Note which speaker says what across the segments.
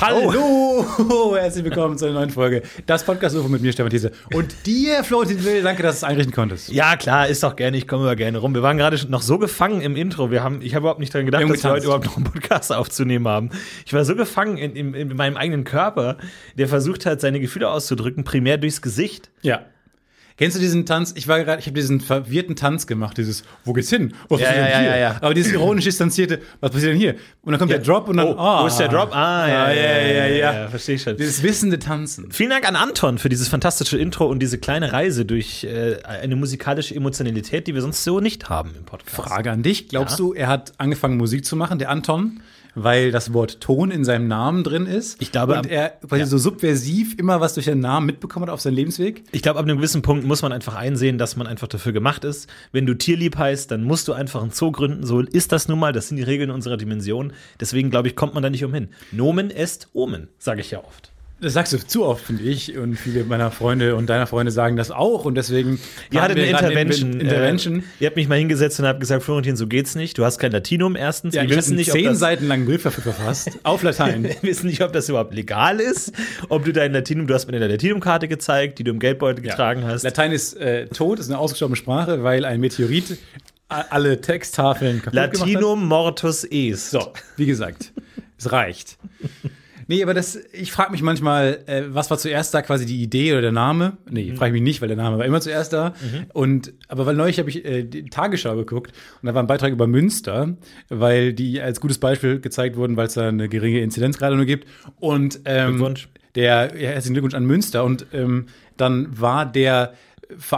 Speaker 1: Oh.
Speaker 2: Hallo, herzlich willkommen zu einer neuen Folge. Das Podcast UFO mit mir, Stefan Thiese. Und dir, Florentin Will, danke, dass du es einrichten konntest.
Speaker 1: Ja, klar, ist doch gerne, ich komme immer gerne rum. Wir waren gerade schon noch so gefangen im Intro. Wir haben, ich habe überhaupt nicht dran gedacht,
Speaker 2: Wir haben
Speaker 1: dass wir heute überhaupt
Speaker 2: getanzt.
Speaker 1: noch einen Podcast aufzunehmen haben. Ich war so gefangen in, in, in meinem eigenen Körper, der versucht hat, seine Gefühle auszudrücken, primär durchs Gesicht.
Speaker 2: Ja. Kennst du diesen Tanz? Ich war gerade, ich habe diesen verwirrten Tanz gemacht, dieses, wo geht's hin? Oh, Was
Speaker 1: Ja,
Speaker 2: passiert
Speaker 1: ja,
Speaker 2: denn
Speaker 1: ja,
Speaker 2: hier?
Speaker 1: ja, ja.
Speaker 2: Aber dieses ironisch distanzierte, was passiert denn hier? Und dann kommt der Drop und dann,
Speaker 1: oh, wo ist der Drop? Ah, ja, ja, ja, ja, ja, verstehe ich schon.
Speaker 2: Dieses wissende Tanzen.
Speaker 1: Vielen Dank an Anton für dieses fantastische Intro und diese kleine Reise durch äh, eine musikalische Emotionalität, die wir sonst so nicht haben im Podcast.
Speaker 2: Frage an dich. Glaubst du, er hat angefangen Musik zu machen, der Anton, weil das Wort Ton in seinem Namen drin ist?
Speaker 1: Ich glaube,
Speaker 2: Und
Speaker 1: am-
Speaker 2: er quasi so subversiv immer was durch den Namen mitbekommen hat auf seinem Lebensweg?
Speaker 1: Ich glaube, ab einem gewissen Punkt muss man einfach einsehen, dass man einfach dafür gemacht ist. Wenn du tierlieb heißt, dann musst du einfach einen Zoo gründen. So ist das nun mal. Das sind die Regeln unserer Dimension. Deswegen, glaube ich, kommt man da nicht umhin. Nomen est Omen, sage ich ja oft.
Speaker 2: Das sagst du zu oft, finde ich. Und viele meiner Freunde und deiner Freunde sagen das auch. Und deswegen.
Speaker 1: Ihr hattet
Speaker 2: haben
Speaker 1: eine
Speaker 2: wir gerade den
Speaker 1: Intervention.
Speaker 2: Win- Intervention.
Speaker 1: Äh, ihr habt mich mal hingesetzt und habt gesagt, Florentin, so geht's nicht. Du hast kein Latinum erstens.
Speaker 2: ja,
Speaker 1: wir
Speaker 2: ich habe
Speaker 1: wissen
Speaker 2: einen
Speaker 1: nicht, ob
Speaker 2: zehn
Speaker 1: das,
Speaker 2: Seiten langen Brief dafür verfasst. auf Latein.
Speaker 1: wir wissen nicht, ob das überhaupt legal ist. Ob du dein Latinum, du hast mir deine Latinum-Karte gezeigt, die du im Geldbeutel getragen hast.
Speaker 2: Latein ist äh, tot, ist eine ausgestorbene Sprache, weil ein Meteorit a- alle Texttafeln kaputt gemacht hat.
Speaker 1: Latinum mortus est.
Speaker 2: So, wie gesagt, es reicht. Nee, aber das, ich frage mich manchmal, äh, was war zuerst da quasi die Idee oder der Name?
Speaker 1: Mhm.
Speaker 2: Nee, frage ich mich nicht, weil der Name war immer zuerst da. Und aber weil neulich habe ich äh, die Tagesschau geguckt und da war ein Beitrag über Münster, weil die als gutes Beispiel gezeigt wurden, weil es da eine geringe Inzidenz gerade nur gibt. Und ähm,
Speaker 1: Glückwunsch.
Speaker 2: der ja, herzlichen Glückwunsch an Münster. Und ähm, dann war der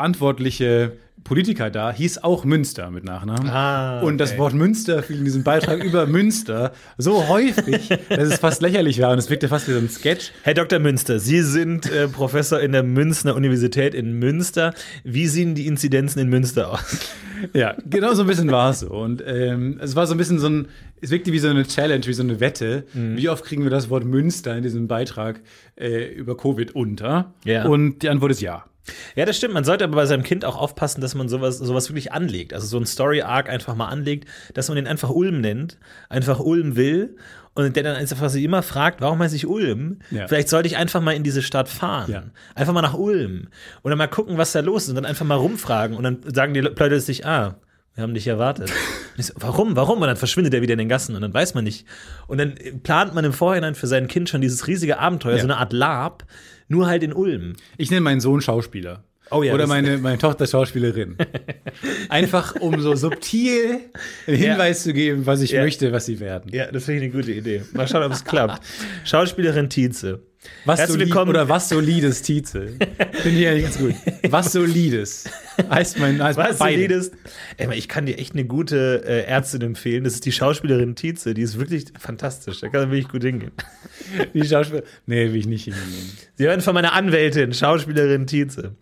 Speaker 2: verantwortliche Politiker da, hieß auch Münster mit Nachnamen.
Speaker 1: Ah,
Speaker 2: Und das
Speaker 1: okay.
Speaker 2: Wort Münster fiel in diesem Beitrag über Münster so häufig, dass es fast lächerlich war und es wirkte fast wie so ein Sketch.
Speaker 1: Herr Dr. Münster, Sie sind äh, Professor in der Münzner Universität in Münster. Wie sehen die Inzidenzen in Münster aus?
Speaker 2: Ja, genau so ein bisschen war es so. Und ähm, es war so ein bisschen so ein, es wirkte wie so eine Challenge, wie so eine Wette.
Speaker 1: Mhm.
Speaker 2: Wie oft kriegen wir das Wort Münster in diesem Beitrag äh, über Covid unter?
Speaker 1: Ja.
Speaker 2: Und die Antwort ist ja.
Speaker 1: Ja, das stimmt. Man sollte aber bei seinem Kind auch aufpassen, dass man sowas, sowas wirklich anlegt. Also so ein Story-Arc einfach mal anlegt, dass man den einfach Ulm nennt, einfach Ulm will. Und der dann einfach sich immer fragt, warum heiße ich Ulm?
Speaker 2: Ja.
Speaker 1: Vielleicht sollte ich einfach mal in diese Stadt fahren.
Speaker 2: Ja.
Speaker 1: Einfach mal nach Ulm. Oder mal gucken, was da los ist. Und dann einfach mal rumfragen. Und dann sagen die Le- Leute sich, ah, wir haben dich erwartet. Und ich so, warum, warum? Und dann verschwindet er wieder in den Gassen. Und dann weiß man nicht. Und dann plant man im Vorhinein für sein Kind schon dieses riesige Abenteuer,
Speaker 2: Ja.
Speaker 1: so eine Art Lab, nur halt in Ulm.
Speaker 2: Ich nenne meinen Sohn Schauspieler.
Speaker 1: Oh ja,
Speaker 2: Oder
Speaker 1: das-
Speaker 2: meine, meine Tochter Schauspielerin. Einfach um so subtil einen Hinweis zu geben, was ich
Speaker 1: Ja.
Speaker 2: möchte, was sie werden.
Speaker 1: Ja, das finde ich eine gute Idee. Mal schauen, ob es klappt. Schauspielerin Tietze.
Speaker 2: Was
Speaker 1: Herzlich
Speaker 2: solid,
Speaker 1: willkommen.
Speaker 2: oder was solides Titel. Finde ich eigentlich ganz gut. Was solides. Heißt mein heißt
Speaker 1: Was
Speaker 2: beide.
Speaker 1: solides. Ey, aber ich kann dir echt eine gute äh, Ärztin empfehlen. Das ist die Schauspielerin Tietze. Die ist wirklich fantastisch. Da kann man wirklich gut hingehen.
Speaker 2: Die Schauspieler. Nee, will ich nicht hingehen.
Speaker 1: Sie hören von meiner Anwältin, Schauspielerin Tietze.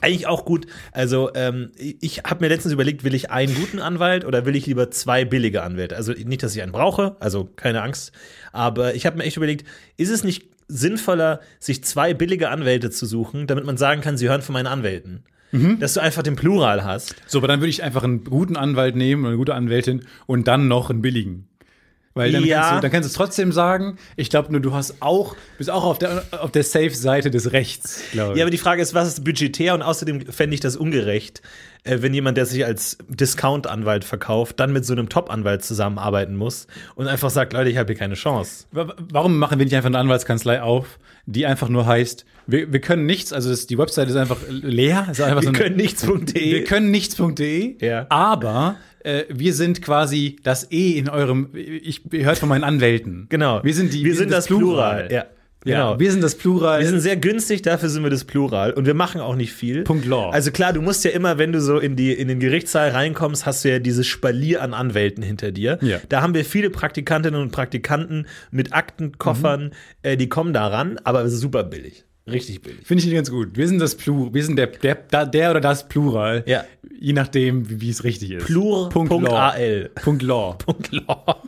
Speaker 1: Eigentlich auch gut. Also, ähm, ich habe mir letztens überlegt, will ich einen guten Anwalt oder will ich lieber zwei billige Anwälte? Also, nicht, dass ich einen brauche, also keine Angst. Aber ich habe mir echt überlegt, ist es nicht sinnvoller, sich zwei billige Anwälte zu suchen, damit man sagen kann, sie hören von meinen Anwälten? Dass du einfach den Plural hast.
Speaker 2: So, aber dann würde ich einfach einen guten Anwalt nehmen oder eine gute Anwältin und dann noch einen billigen. Weil dann,
Speaker 1: Ja.
Speaker 2: kannst, du, dann kannst du es trotzdem sagen, ich glaube nur, du hast auch, bist auch auf der, auf der Safe-Seite des Rechts, glaube ich.
Speaker 1: Ja, aber die Frage ist, was ist budgetär? Und außerdem fände ich das ungerecht, äh, wenn jemand, der sich als Discount-Anwalt verkauft, dann mit so einem Top-Anwalt zusammenarbeiten muss und einfach sagt, Leute, ich habe hier keine Chance.
Speaker 2: Wa- Warum machen wir nicht einfach eine Anwaltskanzlei auf, die einfach nur heißt, wir, wir können nichts, also das, die Website ist einfach leer, ist einfach so
Speaker 1: Wir
Speaker 2: ein-
Speaker 1: können
Speaker 2: Also ne- wir
Speaker 1: nichts.de.
Speaker 2: können nichts.de,
Speaker 1: Ja.
Speaker 2: aber äh, wir sind quasi das E in eurem, ich ihr hört von meinen Anwälten.
Speaker 1: Genau.
Speaker 2: Wir sind die,
Speaker 1: wir sind das Plural. Ja.
Speaker 2: Ja,
Speaker 1: Genau.
Speaker 2: wir sind das Plural.
Speaker 1: Wir sind sehr günstig, dafür sind wir das Plural und wir machen auch nicht viel.
Speaker 2: Punkt Law.
Speaker 1: Also klar, du musst ja immer, wenn du so in, die, in den Gerichtssaal reinkommst, hast du ja dieses Spalier an Anwälten hinter dir.
Speaker 2: Ja.
Speaker 1: Da haben wir viele Praktikantinnen und Praktikanten mit Aktenkoffern,
Speaker 2: Mhm.
Speaker 1: äh, die kommen da ran, aber super billig. Richtig billig.
Speaker 2: Finde ich nicht ganz gut. Wir sind das Plural, wir sind der, der, da- der oder das Plural,
Speaker 1: Ja.
Speaker 2: je nachdem, wie wie es richtig ist.
Speaker 1: Plur.
Speaker 2: Punkt
Speaker 1: Punkt
Speaker 2: Law.
Speaker 1: AL.
Speaker 2: Punkt Law.
Speaker 1: Punkt Law.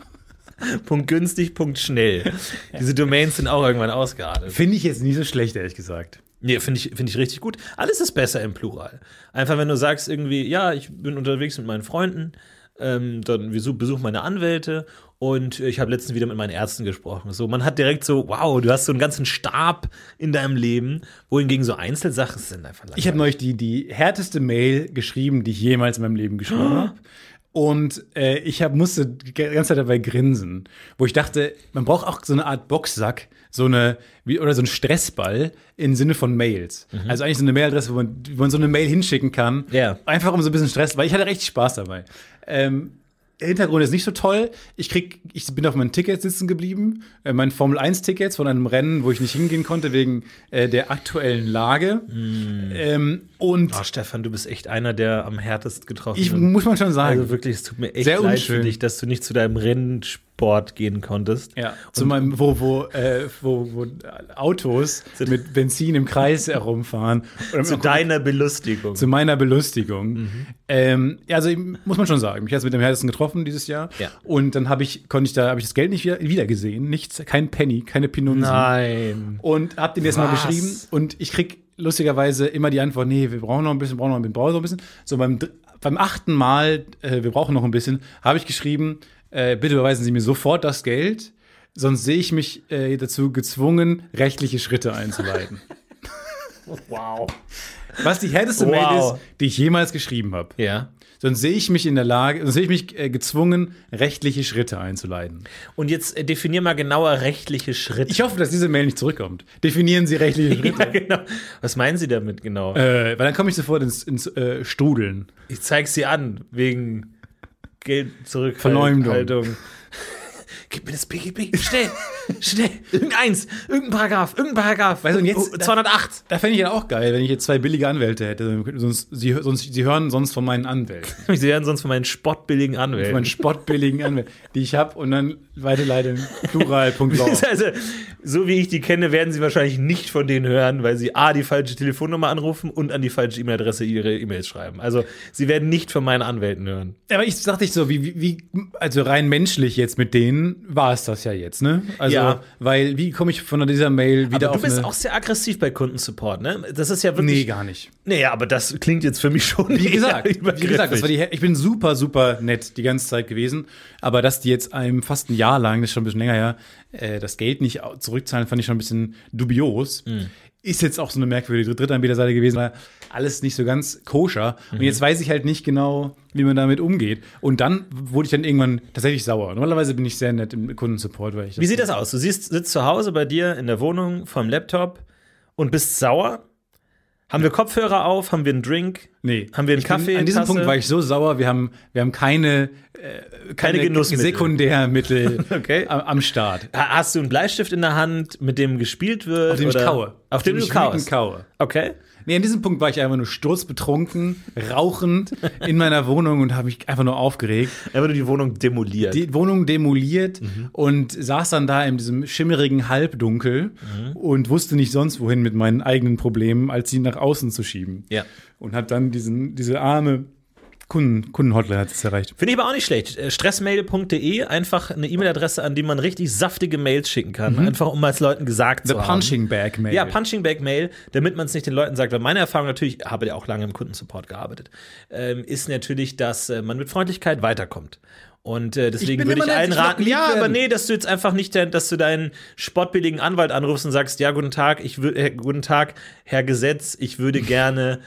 Speaker 1: Punkt günstig, Punkt schnell. Diese Domains sind auch irgendwann ausgeartet.
Speaker 2: Finde ich jetzt nicht so schlecht, ehrlich gesagt.
Speaker 1: Nee, finde ich, find ich richtig gut. Alles ist besser im Plural. Einfach, wenn du sagst irgendwie, ja, ich bin unterwegs mit meinen Freunden, ähm, dann wieso- besuch meine Anwälte Und ich habe letztens wieder mit meinen Ärzten gesprochen. So, man hat direkt so, wow, du hast so einen ganzen Stab in deinem Leben, wohingegen so Einzelsachen sind einfach
Speaker 2: Ich habe neulich die, die härteste Mail geschrieben, die ich jemals in meinem Leben geschrieben habe. Und äh, ich hab, musste die ganze Zeit dabei grinsen, wo ich dachte, man braucht auch so eine Art Boxsack, so eine wie, oder so einen Stressball im Sinne von Mails. Also eigentlich so eine Mailadresse, wo man, wo man so eine Mail hinschicken kann.
Speaker 1: Ja.
Speaker 2: Einfach um so ein bisschen Stress, weil ich hatte richtig Spaß dabei. Ähm, der Hintergrund ist nicht so toll. Ich krieg, ich bin auf meinen Tickets sitzen geblieben, äh, meinen Formel 1 Tickets von einem Rennen, wo ich nicht hingehen konnte wegen äh, der aktuellen Lage.
Speaker 1: Hm.
Speaker 2: Ähm, und
Speaker 1: Oh, Stefan, du bist echt einer der am härtest getroffen
Speaker 2: ich muss man schon sagen,
Speaker 1: Also wirklich, es tut mir echt
Speaker 2: Sehr
Speaker 1: leid
Speaker 2: unschön.
Speaker 1: für dich, dass du nicht zu deinem Rennsport gehen konntest.
Speaker 2: Ja, zu meinem, wo, wo, äh, wo, wo Autos mit Benzin im Kreis herumfahren. Oder
Speaker 1: Zu deiner Belustigung.
Speaker 2: zu meiner Belustigung.
Speaker 1: Mhm.
Speaker 2: Ähm, ja, also ich- muss man schon sagen, mich hat es mit dem härtesten getroffen dieses Jahr.
Speaker 1: Ja.
Speaker 2: Und dann habe ich, konnte ich da, habe ich das Geld nicht wieder, wieder gesehen. Nichts, kein Penny, keine Pinunsen.
Speaker 1: Nein.
Speaker 2: Und hab den jetzt mal
Speaker 1: Was?
Speaker 2: geschrieben und ich krieg lustigerweise immer die Antwort, nee, wir brauchen noch ein bisschen, brauchen noch ein bisschen, brauchen noch ein bisschen. So beim, dr- beim achten Mal, äh, wir brauchen noch ein bisschen, habe ich geschrieben, äh, bitte überweisen Sie mir sofort das Geld, sonst sehe ich mich äh, dazu gezwungen, rechtliche Schritte einzuleiten.
Speaker 1: Wow.
Speaker 2: Was die härteste
Speaker 1: Wow.
Speaker 2: Mail ist, die ich jemals geschrieben habe.
Speaker 1: Ja.
Speaker 2: Sonst sehe ich mich in der Lage, sonst sehe ich mich äh, gezwungen, rechtliche Schritte einzuleiten.
Speaker 1: Und jetzt äh, definier mal genauer rechtliche Schritte.
Speaker 2: Ich hoffe, dass diese Mail nicht zurückkommt. Definieren Sie rechtliche Schritte.
Speaker 1: ja, genau. Was meinen Sie damit genau?
Speaker 2: Äh, weil dann komme ich sofort ins, ins äh, Strudeln.
Speaker 1: Ich zeig's dir an, wegen Geld zurück.
Speaker 2: Verleumdung.
Speaker 1: Haltung. Gib mir das PGB. Schnell, schnell. Irgendeins, irgendein Paragraph, irgendein Paragraph.
Speaker 2: Weißt du, und jetzt-
Speaker 1: Oh, 208.
Speaker 2: Da fände ich ja auch geil, wenn ich jetzt zwei billige Anwälte hätte. Sonst, sie, sonst, sie hören sonst von meinen Anwälten,
Speaker 1: Sie werden sonst von meinen spottbilligen
Speaker 2: von
Speaker 1: Anwälten.
Speaker 2: meinen spottbilligen Anwälten, die ich habe und dann weiterleiten plural.law.
Speaker 1: Ist Also, so wie ich die kenne, werden sie wahrscheinlich nicht von denen hören, weil sie A, die falsche Telefonnummer anrufen und an die falsche E-Mail-Adresse ihre E-Mails schreiben. Also, sie werden nicht von meinen Anwälten hören.
Speaker 2: Aber ich dachte ich so, wie, wie- wie, also rein menschlich jetzt mit denen war es das ja jetzt, ne? Also,
Speaker 1: Ja.
Speaker 2: weil, wie komme ich von dieser Mail wieder
Speaker 1: Aber du
Speaker 2: auf
Speaker 1: bist
Speaker 2: eine,
Speaker 1: auch sehr aggressiv bei Kundensupport, ne? Das ist ja wirklich.
Speaker 2: Nee, gar nicht.
Speaker 1: Naja, aber das klingt jetzt für mich schon.
Speaker 2: Wie gesagt, wie gesagt, das war die, ich bin super, super nett die ganze Zeit gewesen. Aber dass die jetzt einem fast ein Jahr lang, das ist schon ein bisschen länger her, äh, das Geld nicht au- zurückzahlen, fand ich schon ein bisschen dubios.
Speaker 1: Mhm.
Speaker 2: Ist jetzt auch so eine merkwürdige Drittanbieterseite gewesen, war alles nicht so ganz koscher.
Speaker 1: Mhm.
Speaker 2: Und jetzt weiß ich halt nicht genau, wie man damit umgeht. Und dann wurde ich dann irgendwann tatsächlich sauer. Normalerweise bin ich sehr nett im Kundensupport, weil ich
Speaker 1: Wie sieht das aus? Du siehst, sitzt zu Hause bei dir in der Wohnung vorm Laptop und bist sauer. Haben wir Kopfhörer auf? Haben wir einen Drink?
Speaker 2: Nee.
Speaker 1: Haben wir einen
Speaker 2: Ich bin-
Speaker 1: Kaffee?
Speaker 2: An diesem Punkt war ich so sauer, wir haben, wir haben keine, äh,
Speaker 1: Keine Genussmittel.
Speaker 2: Sekundärmittel
Speaker 1: Okay.
Speaker 2: am, am Start.
Speaker 1: Ha- Hast du einen Bleistift in der Hand, mit dem gespielt wird?
Speaker 2: Auf dem ich
Speaker 1: oder?
Speaker 2: kaue.
Speaker 1: Auf dem du
Speaker 2: ich wütend
Speaker 1: kaust.
Speaker 2: kaue.
Speaker 1: Okay.
Speaker 2: Nee, an diesem Punkt war ich einfach nur sturzbetrunken, rauchend in meiner Wohnung und habe mich einfach nur aufgeregt.
Speaker 1: Einfach nur die Wohnung demoliert.
Speaker 2: Die Wohnung demoliert und saß dann da in diesem schimmerigen Halbdunkel und wusste nicht sonst wohin mit meinen eigenen Problemen, als sie nach außen zu schieben.
Speaker 1: Ja.
Speaker 2: Und habe dann diesen, diese arme Kunden, Kundenhotline hat es erreicht.
Speaker 1: Finde ich aber auch nicht schlecht. Äh, Stressmail.de, einfach eine E-Mail-Adresse, an die man richtig saftige Mails schicken kann. Einfach um als Leuten gesagt
Speaker 2: The
Speaker 1: zu haben.
Speaker 2: Punching Bag Mail.
Speaker 1: Ja, Punching Bag Mail, damit man es nicht den Leuten sagt. Weil meine Erfahrung natürlich, habe ja auch lange im Kundensupport gearbeitet, ähm, ist natürlich, dass äh, man mit Freundlichkeit weiterkommt. Und äh, deswegen
Speaker 2: bin
Speaker 1: würde
Speaker 2: immer
Speaker 1: ich
Speaker 2: nett,
Speaker 1: allen
Speaker 2: ich mag
Speaker 1: raten,
Speaker 2: geliebt
Speaker 1: ja, aber
Speaker 2: werden.
Speaker 1: nee, dass du jetzt einfach nicht, dein, dass du deinen spottbilligen Anwalt anrufst und sagst, ja, guten Tag, ich würde, guten Tag, Herr Gesetz, ich würde gerne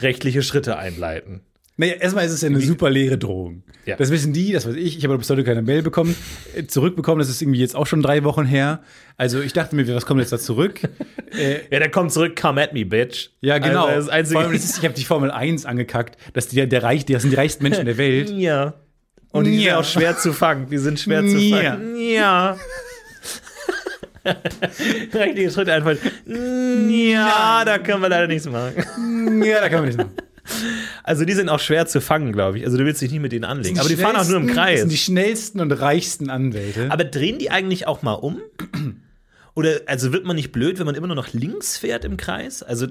Speaker 1: rechtliche Schritte einleiten.
Speaker 2: Naja, erstmal ist es ja eine super leere Drohung.
Speaker 1: Ja.
Speaker 2: Das wissen die, das weiß ich. Ich habe bis heute keine Mail bekommen. äh, Zurückbekommen, das ist irgendwie jetzt auch schon drei Wochen her. Also ich dachte mir, was kommt jetzt da zurück? Äh,
Speaker 1: Ja, der kommt zurück, come at me, bitch.
Speaker 2: Ja, genau.
Speaker 1: Also das Einzige,
Speaker 2: Vor allem, das ist, ich habe die Formel 1 angekackt, dass die, der Reich, die, das sind die reichsten Menschen der Welt.
Speaker 1: ja. Und die sind
Speaker 2: Ja.
Speaker 1: auch schwer zu fangen. Die sind schwer zu
Speaker 2: Ja.
Speaker 1: fangen. Ja. Rechtliche Schritt einfach. Ja, da können wir leider nichts machen.
Speaker 2: ja, da kann man nicht machen.
Speaker 1: Also die sind auch schwer zu fangen, glaube ich. Also du willst dich nicht mit denen anlegen. Aber die fahren auch nur im
Speaker 2: schnellsten-
Speaker 1: Kreis.
Speaker 2: sind die schnellsten und reichsten Anwälte.
Speaker 1: Aber drehen die eigentlich auch mal um? Oder also wird man nicht blöd, wenn man immer nur noch links fährt im Kreis? Also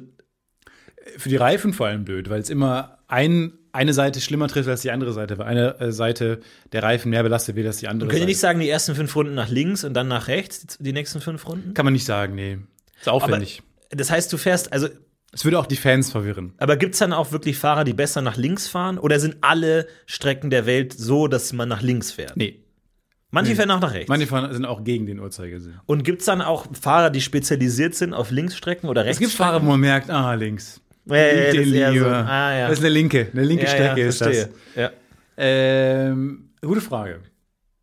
Speaker 2: Für die Reifen vor allem blöd, weil es immer ein, eine Seite schlimmer trifft als die andere Seite, weil eine äh, Seite der Reifen mehr belastet wird als die andere
Speaker 1: könnt ihr
Speaker 2: Seite.
Speaker 1: nicht sagen, die ersten fünf Runden nach links und dann nach rechts, die, die nächsten fünf Runden?
Speaker 2: kann man nicht sagen, nee. Ist aufwendig.
Speaker 1: Das heißt, du fährst, also
Speaker 2: Es würde auch die Fans verwirren.
Speaker 1: Aber gibt es dann auch wirklich Fahrer, die besser nach links fahren? Oder sind alle Strecken der Welt so, dass man nach links fährt?
Speaker 2: Nee.
Speaker 1: Manche fahren auch nach rechts.
Speaker 2: Manche fahren- sind auch gegen den Uhrzeigersinn.
Speaker 1: Und gibt es dann auch Fahrer, die spezialisiert sind auf Linksstrecken oder
Speaker 2: Es gibt
Speaker 1: Rechtsstrecken?
Speaker 2: Fahrer, wo man merkt, ah, links.
Speaker 1: Äh, das
Speaker 2: den
Speaker 1: ist eher so-
Speaker 2: lieber.
Speaker 1: ah, ja.
Speaker 2: Das ist eine linke, eine linke Strecke ist das.
Speaker 1: Ja.
Speaker 2: Ähm, gute Frage.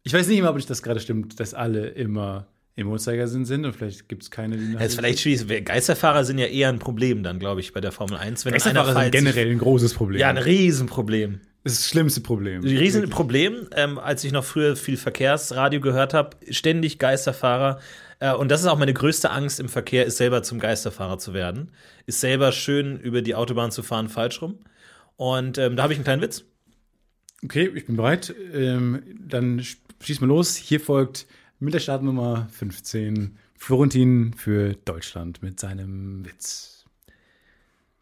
Speaker 2: Ich weiß nicht immer, ob ich das gerade stimmt, dass alle immer im Uhrzeigersinn sind und vielleicht gibt es keine, die nach
Speaker 1: Das ist vielleicht schwierig. Wir Geisterfahrer sind ja eher ein Problem dann, glaube ich, bei der Formel 1. Wenn dann einer
Speaker 2: Geisterfahrer sind
Speaker 1: falsch-
Speaker 2: generell ein großes Problem.
Speaker 1: Ja, ein Riesenproblem.
Speaker 2: das ist das schlimmste Problem.
Speaker 1: Ein Riesenproblem, ähm, als ich noch früher viel Verkehrsradio gehört habe, ständig Geisterfahrer. Äh, und das ist auch meine größte Angst im Verkehr, ist selber zum Geisterfahrer zu werden. Ist selber schön über die Autobahn zu fahren, falsch rum. Und ähm, da habe ich einen kleinen Witz.
Speaker 2: Okay, ich bin bereit. Ähm, dann sch- schieß mal los. Hier folgt mit der Startnummer 15 Florentin für Deutschland mit seinem Witz.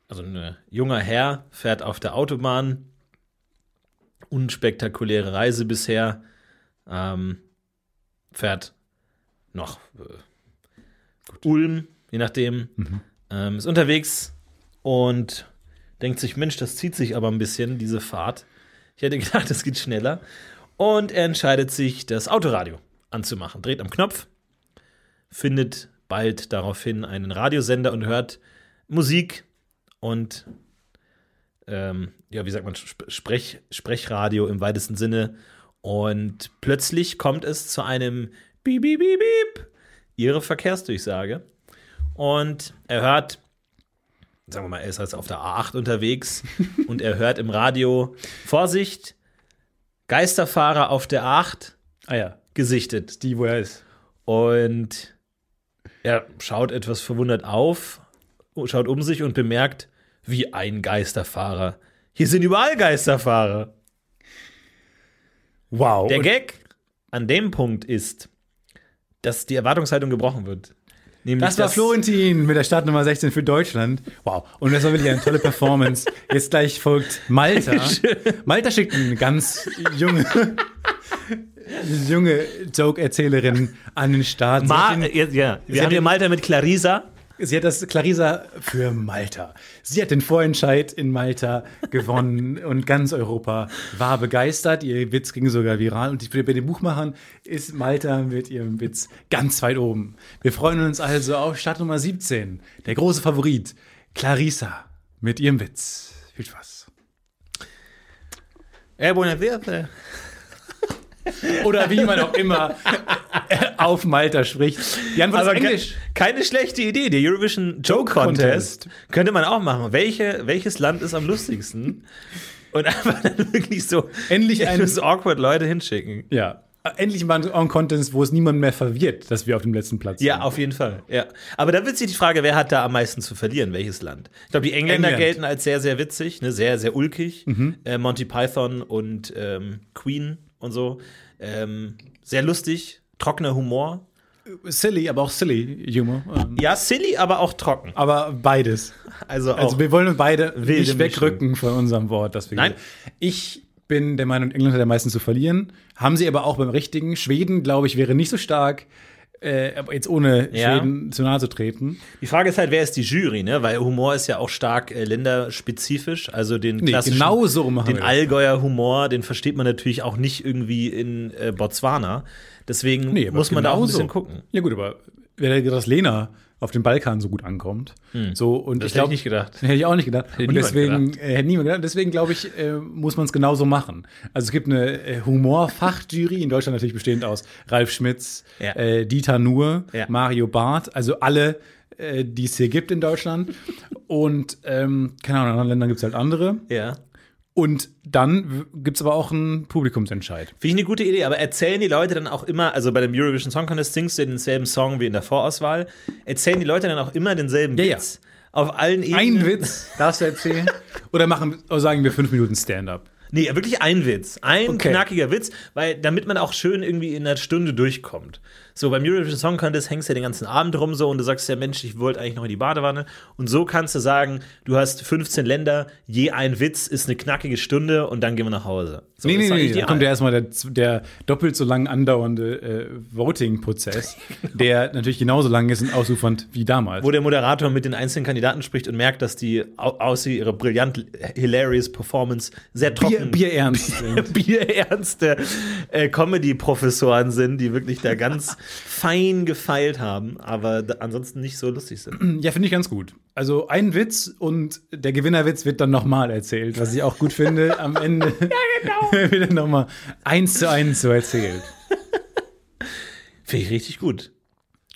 Speaker 1: Also ein junger Herr fährt auf der Autobahn. Unspektakuläre Reise bisher. Ähm, fährt noch äh, Ulm, je nachdem. Ähm, ist unterwegs und denkt sich, Mensch, das zieht sich aber ein bisschen, diese Fahrt. Ich hätte gedacht, das geht schneller. Und er entscheidet sich, das Autoradio anzumachen. Dreht am Knopf, findet bald daraufhin einen Radiosender und hört Musik und ähm, ja, wie sagt man, Sp- Sprech, Sprechradio im weitesten Sinne. Und plötzlich kommt es zu einem Beep, Beep, Beep, Beep, ihre Verkehrsdurchsage. Und er hört, sagen wir mal, er ist jetzt auf der A8 unterwegs und er hört im Radio, Vorsicht, Geisterfahrer auf der A8
Speaker 2: Ah ja,
Speaker 1: gesichtet.
Speaker 2: die, wo er ist.
Speaker 1: Und er schaut etwas verwundert auf, schaut um sich und bemerkt, wie ein Geisterfahrer. Hier sind überall Geisterfahrer.
Speaker 2: Wow.
Speaker 1: Der
Speaker 2: Und-
Speaker 1: Gag an dem Punkt ist, dass die Erwartungshaltung gebrochen wird. Nämlich,
Speaker 2: das war
Speaker 1: dass-
Speaker 2: Florentin mit der Startnummer 16 für Deutschland. Wow. Und das war wirklich eine tolle Performance. Jetzt gleich folgt Malta. Malta schickt eine ganz junge, junge Joke-Erzählerin an den Start. Sie
Speaker 1: Ma
Speaker 2: hat den-
Speaker 1: ja, ja.
Speaker 2: Sie
Speaker 1: Wir
Speaker 2: hat
Speaker 1: haben hier
Speaker 2: den-
Speaker 1: Malta mit Clarisa.
Speaker 2: Sie hat das Clarisa für Malta. Sie hat den Vorentscheid in Malta gewonnen und ganz Europa war begeistert. Ihr Witz ging sogar viral und bei den Buchmachern ist Malta mit ihrem Witz ganz weit oben. Wir freuen uns also auf Startnummer 17. Der große Favorit, Clarisa mit ihrem Witz. Viel Spaß.
Speaker 1: Eh, buena tarde.
Speaker 2: Oder wie man auch immer auf Malta spricht. Die Antwort
Speaker 1: Aber
Speaker 2: ist
Speaker 1: Also ke-
Speaker 2: Englisch.
Speaker 1: keine schlechte Idee. Der Eurovision Joke Contest, könnte man auch machen. Welche, welches Land ist am lustigsten? Und einfach dann wirklich so
Speaker 2: Endlich ein-
Speaker 1: endlos awkward Leute hinschicken.
Speaker 2: Ja. Äh, Endlich mal ein Contest, wo es niemand mehr verwirrt, dass wir auf dem letzten Platz sind.
Speaker 1: Ja, auf jeden Fall. Ja. Aber da wird sich die Frage, wer hat da am meisten zu verlieren? Welches Land? Ich glaube, die Engländer
Speaker 2: England. Mhm.
Speaker 1: gelten als sehr, sehr witzig, ne? sehr, sehr ulkig. Äh, Monty Python und ähm, Queen und so. Ähm, sehr lustig, trockener Humor.
Speaker 2: Silly, aber auch silly Humor. Ähm,
Speaker 1: Ja, silly, aber auch trocken.
Speaker 2: Aber beides.
Speaker 1: Also auch.
Speaker 2: Also wir wollen beide
Speaker 1: wilde
Speaker 2: nicht wegrücken von unserem Wort. Das wir
Speaker 1: Nein.
Speaker 2: Ich bin der Meinung, England hat am meisten zu verlieren. Haben sie aber auch beim richtigen. Schweden, glaube ich, wäre nicht so stark, äh, aber jetzt ohne
Speaker 1: Ja.
Speaker 2: Schweden zu nahe zu treten.
Speaker 1: Die Frage ist halt, wer ist die Jury, ne? Weil Humor ist ja auch stark äh, länderspezifisch. Also den
Speaker 2: Nee,
Speaker 1: klassischen,
Speaker 2: genau so machen
Speaker 1: den
Speaker 2: wir das.
Speaker 1: Allgäuer Humor, den versteht man natürlich auch nicht irgendwie in äh, Botswana. Deswegen
Speaker 2: Nee, aber
Speaker 1: muss man da auch ein
Speaker 2: genauso.
Speaker 1: bisschen gucken.
Speaker 2: Ja gut, aber wer hätte gedacht, dass Lena auf dem Balkan so gut ankommt. So, und
Speaker 1: Hm. Das
Speaker 2: ich glaube,
Speaker 1: hätte ich nicht gedacht.
Speaker 2: Hätte ich auch nicht gedacht. und
Speaker 1: niemand
Speaker 2: deswegen äh, hätte niemand gedacht. Deswegen glaube ich, äh, muss man es genauso machen. Also es gibt eine äh, Humorfachjury in Deutschland natürlich bestehend aus Ralf Schmitz,
Speaker 1: Ja.
Speaker 2: äh, Dieter Nuhr,
Speaker 1: Ja.
Speaker 2: Mario Barth, also alle, äh, die es hier gibt in Deutschland. und ähm, keine Ahnung, in anderen Ländern gibt es halt andere.
Speaker 1: Ja.
Speaker 2: Und dann gibt es aber auch einen Publikumsentscheid.
Speaker 1: Finde ich eine gute Idee, aber erzählen die Leute dann auch immer, also bei dem Eurovision Song Contest singst du denselben Song wie in der Vorauswahl, erzählen die Leute dann auch immer denselben
Speaker 2: Ja, ja.
Speaker 1: Witz auf allen Ebenen?
Speaker 2: Ein Witz darfst du erzählen. Oder machen, oder sagen wir fünf Minuten Stand-up.
Speaker 1: Nee, wirklich ein Witz. Ein
Speaker 2: Okay.
Speaker 1: knackiger Witz, weil damit man auch schön irgendwie in einer Stunde durchkommt. So, beim Eurovision Song Contest hängst du ja den ganzen Abend rum so und du sagst ja, Mensch, ich wollte eigentlich noch in die Badewanne. Und so kannst du sagen, du hast 15 Länder, je ein Witz ist eine knackige Stunde und dann gehen wir nach Hause. So,
Speaker 2: Nee,
Speaker 1: das
Speaker 2: nee,
Speaker 1: ist
Speaker 2: nee,
Speaker 1: eigentlich
Speaker 2: da
Speaker 1: ideal.
Speaker 2: kommt ja erstmal der, der doppelt so lang andauernde äh, Voting-Prozess,
Speaker 3: Genau.
Speaker 2: der natürlich genauso lang ist und ausufernd wie damals.
Speaker 1: wo der Moderator mit den einzelnen Kandidaten spricht und merkt, dass die au- außer ihrer brillant hilarious Performance sehr trocken
Speaker 2: Bier, Bierernst sind.
Speaker 1: bierernste äh, Comedy-Professoren sind, die wirklich da ganz fein gefeilt haben, aber d- ansonsten nicht so lustig sind.
Speaker 2: Ja, finde ich ganz gut. Also ein Witz und der Gewinnerwitz wird dann nochmal erzählt, was ich auch gut finde. Am Ende
Speaker 3: genau.
Speaker 2: wird dann nochmal eins zu eins so erzählt.
Speaker 1: Finde ich richtig gut.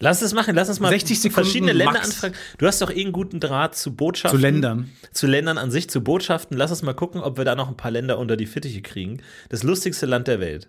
Speaker 1: Lass es machen, lass uns mal
Speaker 2: 60 Sekunden
Speaker 1: verschiedene Länder
Speaker 2: max.
Speaker 1: anfragen. Du hast doch eh einen guten Draht zu Botschaften.
Speaker 2: Zu Ländern.
Speaker 1: Zu Ländern an sich, zu Botschaften. Lass uns mal gucken, ob wir da noch ein paar Länder unter die Fittiche kriegen. Das lustigste Land der Welt.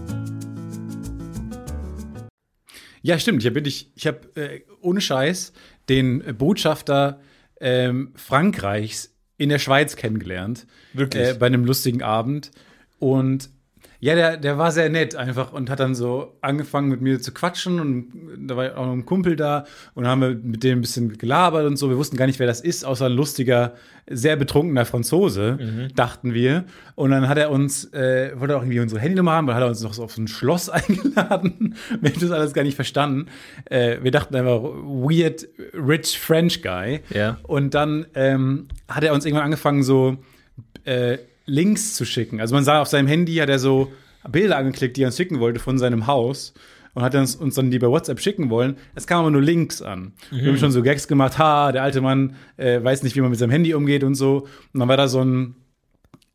Speaker 2: Ja, stimmt. Ich habe wirklich, ich habe äh, ohne Scheiß den äh, Botschafter ähm, Frankreichs in der Schweiz kennengelernt.
Speaker 1: Wirklich?
Speaker 2: Äh, bei einem lustigen Abend. Und ja, der, der war sehr nett einfach und hat dann so angefangen mit mir zu quatschen und da war auch noch ein Kumpel da und haben wir mit dem ein bisschen gelabert und so. Wir wussten gar nicht, wer das ist, außer ein lustiger, sehr betrunkener Franzose, dachten wir. Und dann hat er uns, äh, wollte auch irgendwie unsere Handynummer haben, weil hat er uns noch so auf so ein Schloss eingeladen. wir haben das alles gar nicht verstanden. Äh, wir dachten einfach, weird, rich French guy.
Speaker 1: Ja.
Speaker 2: Und dann ähm, hat er uns irgendwann angefangen, so äh, Links zu schicken. Also man sah auf seinem Handy, hat er so Bilder angeklickt, die er uns schicken wollte von seinem Haus. Und hat uns, uns dann die bei WhatsApp schicken wollen. Es kamen aber nur Links an. Wir haben schon so Gags gemacht, ha, der alte Mann äh, weiß nicht, wie man mit seinem Handy umgeht und so. Und dann war da so ein,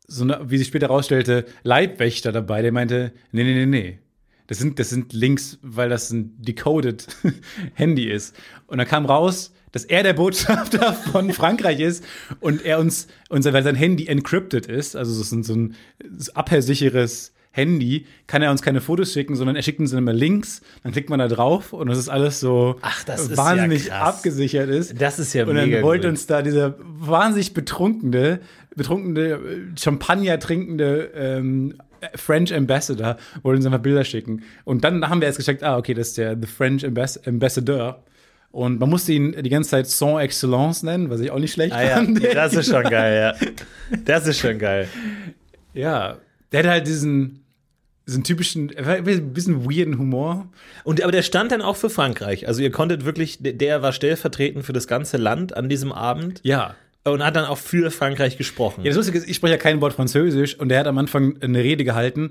Speaker 2: so eine, wie sich später herausstellte, Leibwächter dabei, der meinte, nee, nee, nee, nee. Das sind, das sind Links, weil das ein decoded Handy ist. Und dann kam raus, dass er der Botschafter von Frankreich ist und er uns, unser, weil sein Handy encrypted ist, also es ist ein, so ein abhörsicheres Handy, kann er uns keine Fotos schicken, sondern er schickt uns immer Links, dann klickt man da drauf und das ist alles so
Speaker 1: Ach, das ist
Speaker 2: wahnsinnig
Speaker 1: ja krass.
Speaker 2: abgesichert ist.
Speaker 1: Das ist ja
Speaker 2: Und dann
Speaker 1: mega
Speaker 2: wollte
Speaker 1: gut.
Speaker 2: uns da dieser wahnsinnig betrunkene, betrunkene, äh, Champagner trinkende ähm, äh, French Ambassador, wollte uns einfach Bilder schicken. Und dann haben wir erst gecheckt, ah, okay, das ist der The French Ambas Ambassador. Und man musste ihn die ganze Zeit Sans Excellence nennen, was ich auch nicht schlecht
Speaker 1: Ah, ja.
Speaker 2: fand.
Speaker 1: Das ist schon geil, ja. Das ist schon geil.
Speaker 2: ja, der hat halt diesen, diesen typischen, er war ein bisschen weirden Humor.
Speaker 1: Und aber der stand dann auch für Frankreich. Also ihr konntet wirklich, der- der war stellvertretend für das ganze Land an diesem Abend
Speaker 2: Ja,
Speaker 1: und hat dann auch für Frankreich gesprochen.
Speaker 2: Ja, das Lustige ist, ich spreche ja kein Wort Französisch und er hat am Anfang eine Rede gehalten.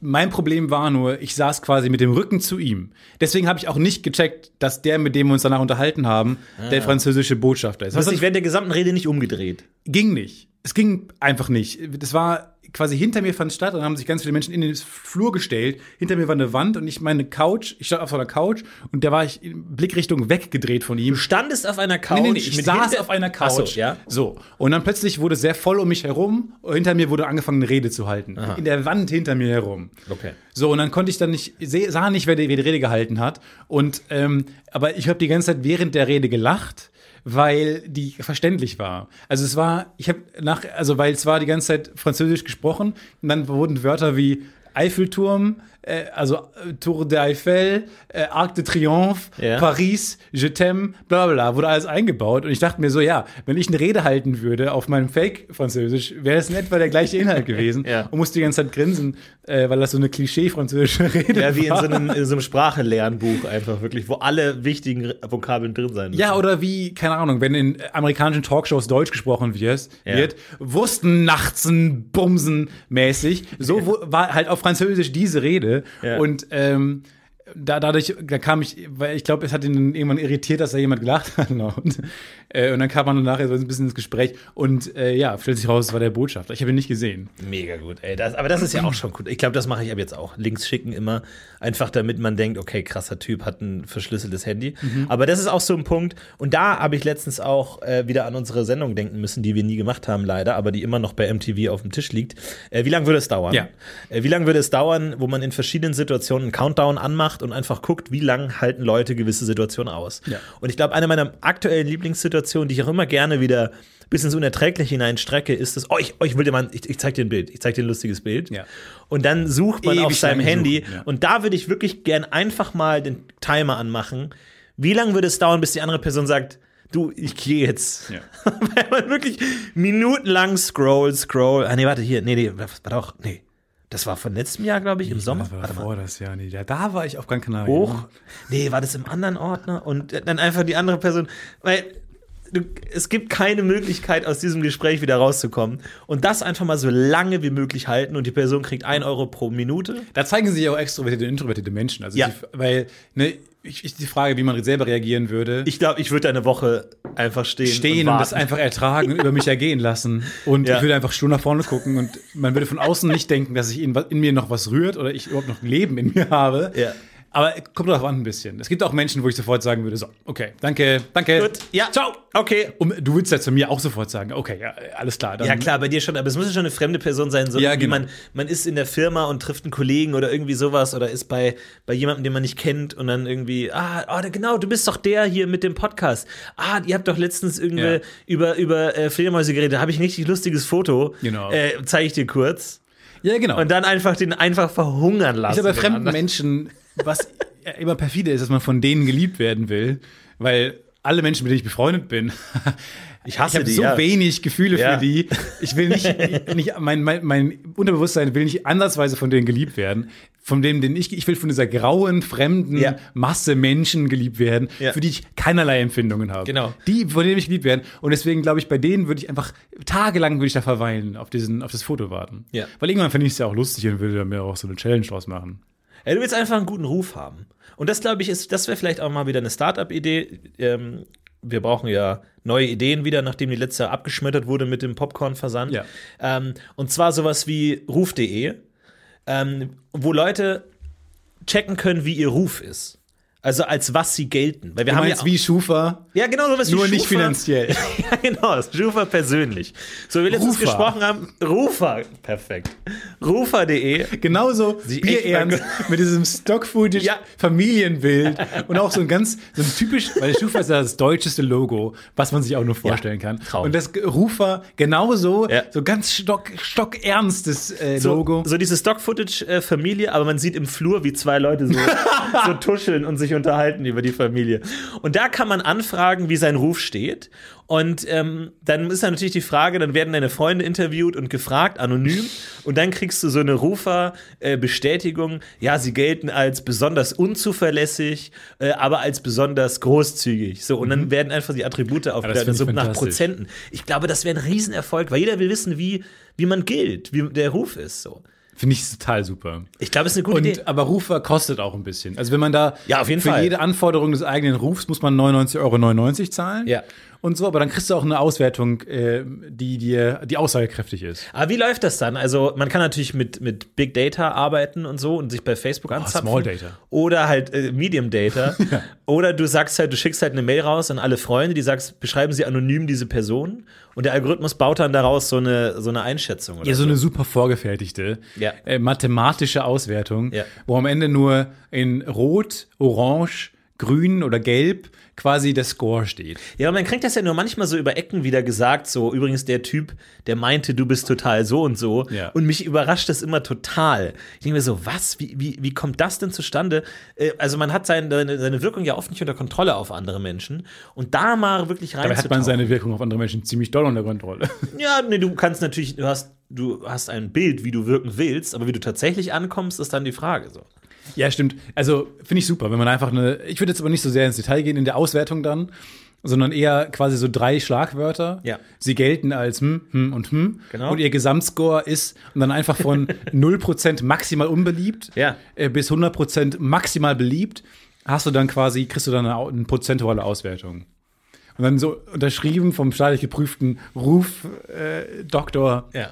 Speaker 2: Mein Problem war nur, ich saß quasi mit dem Rücken zu ihm. Deswegen habe ich auch nicht gecheckt, dass der, mit dem wir uns danach unterhalten haben, der französische Botschafter ist.
Speaker 1: Das
Speaker 2: Was
Speaker 1: heißt, ich werde der gesamten Rede nicht umgedreht.
Speaker 2: ging nicht. Es ging einfach nicht. Das war quasi hinter mir fand statt, dann haben sich ganz viele Menschen in den Flur gestellt. Hinter mir war eine Wand und ich meine Couch, ich stand auf so einer Couch und da war ich in Blickrichtung weggedreht von ihm.
Speaker 1: Du standest auf einer Couch.
Speaker 2: Nee, nee, nee, ich
Speaker 1: mit
Speaker 2: saß
Speaker 1: hinter-
Speaker 2: auf einer
Speaker 1: Ach
Speaker 2: Couch.
Speaker 1: so, ja.
Speaker 2: So. Und dann plötzlich wurde es sehr voll um mich herum. Hinter mir wurde angefangen, eine Rede zu halten. In der Wand hinter mir herum.
Speaker 1: Okay.
Speaker 2: So, und dann konnte ich dann nicht, seh- sah nicht, wer die, wer die Rede gehalten hat. Und, ähm, aber ich habe die ganze Zeit während der Rede gelacht, weil die verständlich war. Also es war, ich habe nach, also weil es war die ganze Zeit Französisch gesprochen und dann wurden Wörter wie Eiffelturm, äh, also äh, Tour de Eiffel, äh, Arc de Triomphe,
Speaker 1: Ja.
Speaker 2: Paris, Je t'aime, bla bla bla, wurde alles eingebaut. Und ich dachte mir so, ja, wenn ich eine Rede halten würde auf meinem Fake-Französisch, wäre es in etwa der gleiche Inhalt gewesen.
Speaker 1: Ja.
Speaker 2: Und musste die ganze Zeit grinsen, äh, weil das so eine Klischee-französische Rede
Speaker 1: Ja, wie in
Speaker 2: war.
Speaker 1: so einem, in so einem Sprachenlernbuch einfach wirklich, wo alle wichtigen Re- Vokabeln drin sein müssen.
Speaker 2: ja, oder wie, keine Ahnung, wenn in amerikanischen Talkshows Deutsch gesprochen wird,
Speaker 1: Ja.
Speaker 2: wird Wursten, Nachtzen, Bumsen mäßig. So wo- war halt auf Französisch diese Rede.
Speaker 1: Ja.
Speaker 2: Und ähm, da, dadurch, da kam ich, weil ich glaube, es hat ihn irgendwann irritiert, dass da jemand gelacht hat. genau. Und, äh, und dann kam man nachher so ein bisschen ins Gespräch. Und äh, ja, stellt sich raus, es war der Botschafter. Ich habe ihn nicht gesehen.
Speaker 1: Mega gut, ey. Das, aber das ist ja auch schon gut. Ich glaube, das mache ich ab jetzt auch. Links schicken immer. Einfach damit man denkt, okay, krasser Typ hat ein verschlüsseltes Handy.
Speaker 2: Mhm.
Speaker 1: Aber das ist auch so ein Punkt. Und da habe ich letztens auch äh, wieder an unsere Sendung denken müssen, die wir nie gemacht haben, leider, aber die immer noch bei MTV auf dem Tisch liegt. Äh, wie lange würde es dauern?
Speaker 2: Ja.
Speaker 1: Äh, wie lange würde es dauern, wo man in verschiedenen Situationen einen Countdown anmacht und einfach guckt, wie lange halten Leute gewisse Situationen aus?
Speaker 2: Ja.
Speaker 1: Und ich glaube, eine meiner aktuellen Lieblingssituationen, die ich auch immer gerne wieder bis ins Unerträgliche hinein strecke, ist das, oh, ich, oh, ich will dir mal, ein- ich, ich zeig dir ein Bild, ich zeig dir ein lustiges Bild.
Speaker 2: Ja.
Speaker 1: Und dann sucht man
Speaker 2: Ewig
Speaker 1: auf seinem
Speaker 2: lange
Speaker 1: Handy
Speaker 2: suchen, ja.
Speaker 1: und da würde ich wirklich gern einfach mal den Timer anmachen. Wie lange würde es dauern, bis die andere Person sagt, du, ich gehe jetzt?
Speaker 2: Ja.
Speaker 1: Weil man wirklich minutenlang scroll, scroll. Ah, nee, warte, hier, nee, nee, was war doch, nee. Das war von letztem Jahr, glaube ich, im Sommer.
Speaker 2: Das war
Speaker 1: Warte mal.
Speaker 2: vor das Jahr, nee. Da, da war ich auf Gran Canaria.
Speaker 1: hoch. Nee, war das im anderen Ordner? Und dann einfach die andere Person. Weil du, es gibt keine Möglichkeit, aus diesem Gespräch wieder rauszukommen. Und das einfach mal so lange wie möglich halten. Und die Person kriegt 1 Euro pro Minute.
Speaker 2: Da zeigen sich ja auch extrovertierte und introvertierte Menschen. Also
Speaker 1: Ja.
Speaker 2: die, weil, ne, ich, ich, die Frage, wie man selber reagieren würde,
Speaker 1: Ich glaube, ich würde da eine Woche einfach stehen.
Speaker 2: stehen und,
Speaker 1: und
Speaker 2: das
Speaker 1: warten.
Speaker 2: einfach ertragen und über mich ergehen lassen. Und
Speaker 1: Ja.
Speaker 2: ich würde einfach stur nach vorne gucken und man würde von außen nicht denken, dass ich in, wa- in mir noch was rührt oder ich überhaupt noch ein Leben in mir habe.
Speaker 1: Ja.
Speaker 2: Aber kommt darauf an ein bisschen. Es gibt auch Menschen, wo ich sofort sagen würde, so, okay, danke, danke.
Speaker 1: Gut, ja.
Speaker 2: Ciao.
Speaker 1: Okay.
Speaker 2: Und du würdest ja zu mir auch sofort sagen, okay, ja, alles klar. Dann,
Speaker 1: Ja, klar, bei dir schon, aber es muss ja schon eine fremde Person sein, so
Speaker 2: Ja,
Speaker 1: irgendwie
Speaker 2: genau.
Speaker 1: man, man ist in der Firma und trifft einen Kollegen oder irgendwie sowas oder ist bei, bei jemandem, den man nicht kennt und dann irgendwie, ah, oh, da- genau, du bist doch der hier mit dem Podcast. Ah, ihr habt doch letztens irgendwie
Speaker 2: Ja.
Speaker 1: über, über äh, Fledermäuse geredet, da habe ich ein richtig lustiges Foto.
Speaker 2: Genau.
Speaker 1: Äh, Zeige ich dir kurz.
Speaker 2: Ja, genau.
Speaker 1: Und dann einfach den einfach verhungern
Speaker 2: Ich
Speaker 1: lassen.
Speaker 2: glaube, bei
Speaker 1: den
Speaker 2: fremden
Speaker 1: anderen.
Speaker 2: Menschen, was immer perfide ist, dass man von denen geliebt werden will, weil alle Menschen, mit denen ich befreundet bin,
Speaker 1: Ich hasse
Speaker 2: ich habe
Speaker 1: die,
Speaker 2: so
Speaker 1: ja.
Speaker 2: wenig Gefühle
Speaker 1: Ja.
Speaker 2: für die. Ich will nicht, nicht mein, mein, mein Unterbewusstsein will nicht ansatzweise von denen geliebt werden. Von dem, den ich, ich will von dieser grauen, fremden
Speaker 1: Ja.
Speaker 2: Masse Menschen geliebt werden,
Speaker 1: Ja.
Speaker 2: für die ich keinerlei Empfindungen habe.
Speaker 1: Genau.
Speaker 2: Die, von denen ich geliebt werden. Und deswegen glaube ich, bei denen würde ich einfach tagelang würde ich da verweilen, auf diesen, auf das Foto warten.
Speaker 1: Ja.
Speaker 2: Weil irgendwann finde ich es ja auch lustig und würde mir auch so eine Challenge draus machen.
Speaker 1: Ja, du willst einfach einen guten Ruf haben. Und das, glaube ich, ist, das wäre vielleicht auch mal wieder eine Startup-Idee. Ähm, wir brauchen ja neue Ideen wieder, nachdem die letzte abgeschmettert wurde mit dem Popcorn-Versand.
Speaker 2: Ja.
Speaker 1: Ähm, und zwar sowas wie ruf.de, ähm, wo Leute checken können, wie ihr Ruf ist. Also als was sie gelten. Weil wir
Speaker 2: Du
Speaker 1: haben
Speaker 2: meinst
Speaker 1: ja, auch-
Speaker 2: wie Schufa,
Speaker 1: ja genau sowas wie
Speaker 2: nur nicht
Speaker 1: Schufa.
Speaker 2: finanziell.
Speaker 1: Ja, genau, Schufa persönlich. So wie wir letztens
Speaker 2: Rufer.
Speaker 1: gesprochen haben, Rufer, perfekt. Rufer.de
Speaker 2: Genauso
Speaker 1: Sie
Speaker 2: Bierernst mit diesem Stock-Footage
Speaker 1: Ja.
Speaker 2: Familienbild und auch so ein ganz so ein typisch, weil Schufa ist ja das deutscheste Logo, was man sich auch nur vorstellen kann.
Speaker 1: Traum.
Speaker 2: Und das Rufer genauso,
Speaker 1: Ja.
Speaker 2: so ganz stock, stockernstes äh,
Speaker 1: so,
Speaker 2: Logo.
Speaker 1: So diese Stock-Footage-Familie, aber man sieht im Flur, wie zwei Leute so, so tuscheln und sich unterhalten über die Familie. Und da kann man anfragen, wie sein Ruf steht. Und ähm, dann ist dann natürlich die Frage, dann werden deine Freunde interviewt und gefragt, anonym. Und dann kriegst du so eine Rufer-Bestätigung. Ja, sie gelten als besonders unzuverlässig, äh, aber als besonders großzügig. So, und dann werden einfach die Attribute aufgewertet,
Speaker 2: finde
Speaker 1: so
Speaker 2: ich
Speaker 1: nach
Speaker 2: fantastisch.
Speaker 1: Prozent. Prozenten. Ich glaube, das wäre ein Riesenerfolg, weil jeder will wissen, wie, wie man gilt, wie der Ruf ist. So.
Speaker 2: Finde ich total super.
Speaker 1: Ich glaube, es ist eine gute Idee.
Speaker 2: Und, aber Rufer kostet auch ein bisschen. Also wenn man da
Speaker 1: Ja, auf jeden
Speaker 2: für
Speaker 1: Fall.
Speaker 2: jede Anforderung des eigenen Rufs muss man 99,99 Euro zahlen.
Speaker 1: Ja.
Speaker 2: und so, aber dann kriegst du auch eine Auswertung, äh, die dir, die aussagekräftig ist.
Speaker 1: Aber wie läuft das dann? Also, man kann natürlich mit, mit Big Data arbeiten und so und sich bei Facebook anzapfen.
Speaker 2: Oh, Small Data.
Speaker 1: Oder halt äh, Medium Data. Oder du sagst halt, du schickst halt eine Mail raus an alle Freunde, die sagst, beschreiben sie anonym diese Person und der Algorithmus baut dann daraus so eine, so eine Einschätzung. Oder
Speaker 2: Ja, so eine super vorgefertigte
Speaker 1: Also. Ja.
Speaker 2: äh, mathematische Auswertung,
Speaker 1: Ja.
Speaker 2: wo am Ende nur in Rot, Orange, Grün oder Gelb quasi der Score steht.
Speaker 1: Ja, aber man kriegt das ja nur manchmal so über Ecken wieder gesagt, so übrigens der Typ, der meinte, du bist total so und so.
Speaker 2: Ja.
Speaker 1: Und mich überrascht das immer total. Ich denke mir so, was? Wie, wie, wie kommt das denn zustande? Äh, Also man hat sein, seine, seine Wirkung ja oft nicht unter Kontrolle auf andere Menschen. Und da mal wirklich rein.
Speaker 2: Dabei hat man seine Wirkung auf andere Menschen ziemlich doll unter Kontrolle.
Speaker 1: Ja, nee, du kannst natürlich, du hast, du hast ein Bild, wie du wirken willst, aber wie du tatsächlich ankommst, ist dann die Frage so.
Speaker 2: Ja, stimmt. Also finde ich super, wenn man einfach eine. Ich würde jetzt aber nicht so sehr ins Detail gehen in der Auswertung dann, sondern eher quasi so drei Schlagwörter.
Speaker 1: Ja.
Speaker 2: Sie gelten als hm, hm und hm.
Speaker 1: Genau.
Speaker 2: Und ihr Gesamtscore ist und dann einfach von 0% maximal unbeliebt
Speaker 1: Ja.
Speaker 2: äh, bis 100% maximal beliebt, hast du dann quasi, kriegst du dann eine, au- eine prozentuale Auswertung. Und dann so unterschrieben vom staatlich geprüften Rufdoktor. Äh, Doktor.
Speaker 1: Ja.